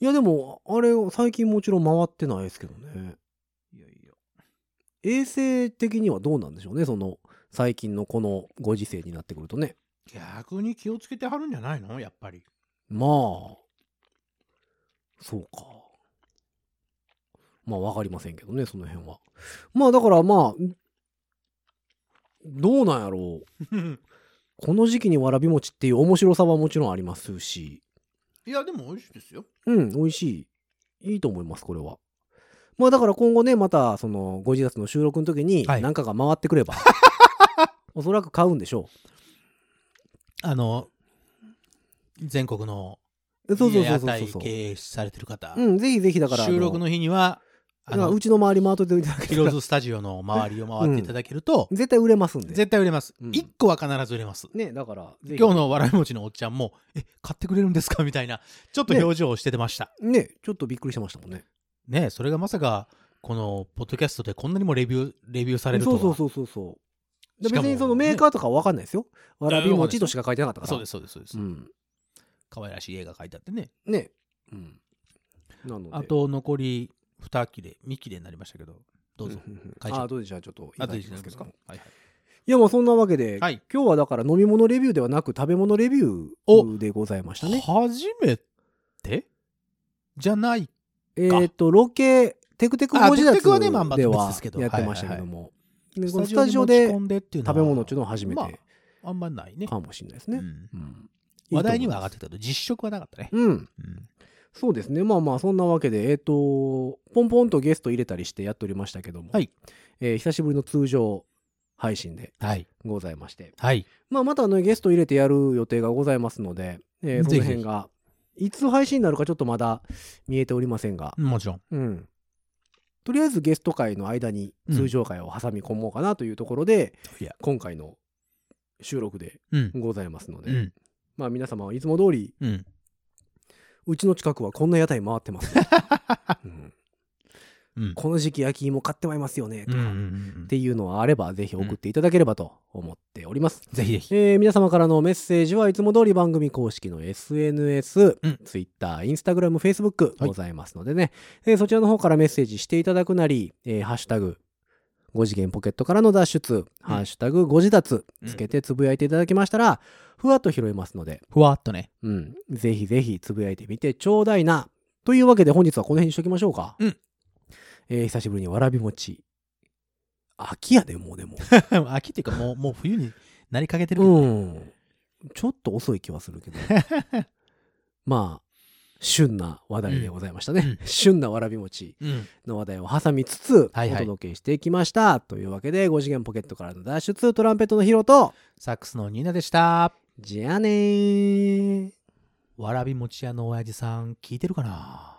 S2: いや、でも、あれ、最近もちろん回ってないですけどね。
S3: いやいや。
S2: 衛生的にはどうなんでしょうねその最近のこのご時世になってくるとね
S3: 逆に気をつけてはるんじゃないのやっぱり。
S2: まあそうかまあわかりませんけどねその辺はまあだからまあどうなんやろうこの時期にわらび餅っていう面白さはもちろんありますし
S3: いや、でも美味しいですよ。
S2: うん美味しいいいと思いますこれはまあだから今後ねまたそのご自宅の収録の時に
S3: はい
S2: 何かが回ってくれ ば、おそらく買うんでしょ
S3: あの、全国の
S2: うそうそうそう
S3: 屋
S2: そうそう
S3: 台経営されてる方、
S2: うん、ぜひぜひだから、あ
S3: 収録の日には、あ
S2: だから
S3: の
S2: う、ちの周り回っといていただけ
S3: ヒ
S2: た
S3: ロ
S2: ら
S3: ー、ズスタジオの周りを回っていただけると、
S2: 絶対売れますんで。
S3: 絶対売れます。
S2: うん
S3: 一1個は必ず売れます。
S2: ね、だから、ぜひ
S3: 今日のわらび餅のおっちゃんも、え、買ってくれるんですかみたいな、ちょっと表情をしててました。
S2: ね、ちょっとびっくりしてましたもんね。
S3: ねそれがまさか、この、ポッドキャストでこんなにもレビュー、レビューされると
S2: そ
S3: は
S2: うそうそうそうそう。で
S3: しかも
S2: 別にそのメーカーとかは分かんないですよ。わらび餅としか書いてなかったから。。
S3: そうですす、そうです、そうです
S2: う。ん。
S3: 可愛らしい絵が描いてあってね。
S2: ね。うん。なので。
S3: あ、と、残り2切れ、2切れになりましたけど、どうぞ。
S2: んん
S3: 会長
S2: あ、どうでじゃあちょっとい
S3: あ
S2: た
S3: と
S2: だ
S3: で
S2: き
S3: き
S2: ま
S3: ます
S2: け
S3: す
S2: ど
S3: か
S2: も。
S3: はいはい
S2: いや、もうそんなわけで、
S3: はい
S2: 今日はだから飲み物レビューではなく食べ物レビューでございましたね。
S3: 初めてじゃない
S2: えーっと、ロケ、テクテク
S3: あ
S2: ゴジラツ
S3: テクテクはねまあまあ
S2: で
S3: 別
S2: は
S3: ですけど
S2: やってましたけども。でこの
S3: ス
S2: スタ
S3: タ
S2: ジ
S3: ジ
S2: オ
S3: オ
S2: で
S3: で持ち込んでっていうのは
S2: 食べ物っていうのは初め
S3: ま
S2: て
S3: あ、あんまりないね
S2: かもしれないです
S3: う
S2: ね。
S3: ん
S2: うん
S3: 話題には上がってたけど実食はなかったね、
S2: うん。
S3: うん
S2: そうですね。まあまあ、そんなわけで、えっ、と、ポンポンとゲスト入れたりしてやっておりましたけども、
S3: はい
S2: えー久しぶりの通常配信で
S3: はい
S2: ございまして、
S3: はい
S2: まあ、またね、ゲスト入れてやる予定がございますので、えーそ
S3: ぜ
S2: の
S3: ひぜひ
S2: 辺が、いつ配信になるかちょっとまだ見えておりませんが、
S3: もちろん
S2: うん。とりあえずゲスト会の間に通常会を挟み込もうかなというところで、
S3: いや
S2: 今回の収録で
S3: うん
S2: ございますので、
S3: うん
S2: まあ皆様はいつも通り
S3: うん
S2: うちの近くはこんな屋台回って ます、うん
S3: うん
S2: この時期焼き芋買ってまいりますよね、
S3: う
S2: と
S3: んう
S2: か
S3: んう
S2: っ
S3: ん
S2: ていうのはあればぜひ送っていただければと思っております、
S3: ぜひぜひ
S2: えー皆様からのメッセージはいつも通り番組公式の SNS、
S3: うん
S2: Twitter、Instagram、Facebook
S3: はい
S2: ございますのでね、えーそちらの方からメッセージしていただくなり、えーハッシュタグ5次元ポケットからの脱出、ハッシュタグ5次脱つけてつぶやいていただきましたら、ふわっと拾えますので、
S3: ふわっとね
S2: うん、ぜひぜひつぶやいてみてちょうだいな。というわけで本日はこの辺にしときましょうか。
S3: うん
S2: えー久しぶりにわらび餅。秋やで、もうでも。
S3: 秋っていうかもう、もう冬になりかけてるけど、
S2: う
S3: ね
S2: ん。ちょっと遅い気はする けど。まあ、旬な話題でございましたね。
S3: うんうん
S2: 旬なわらび餅
S3: うん
S2: の話題を挟みつつ、
S3: はいはい
S2: お届けしてきました。というわけで、5次元ポケットからの脱出、トランペットのヒロと、
S3: サックスのニーナでした。
S2: じゃあねー。
S3: わらび餅屋の親父さん、聞いてるかな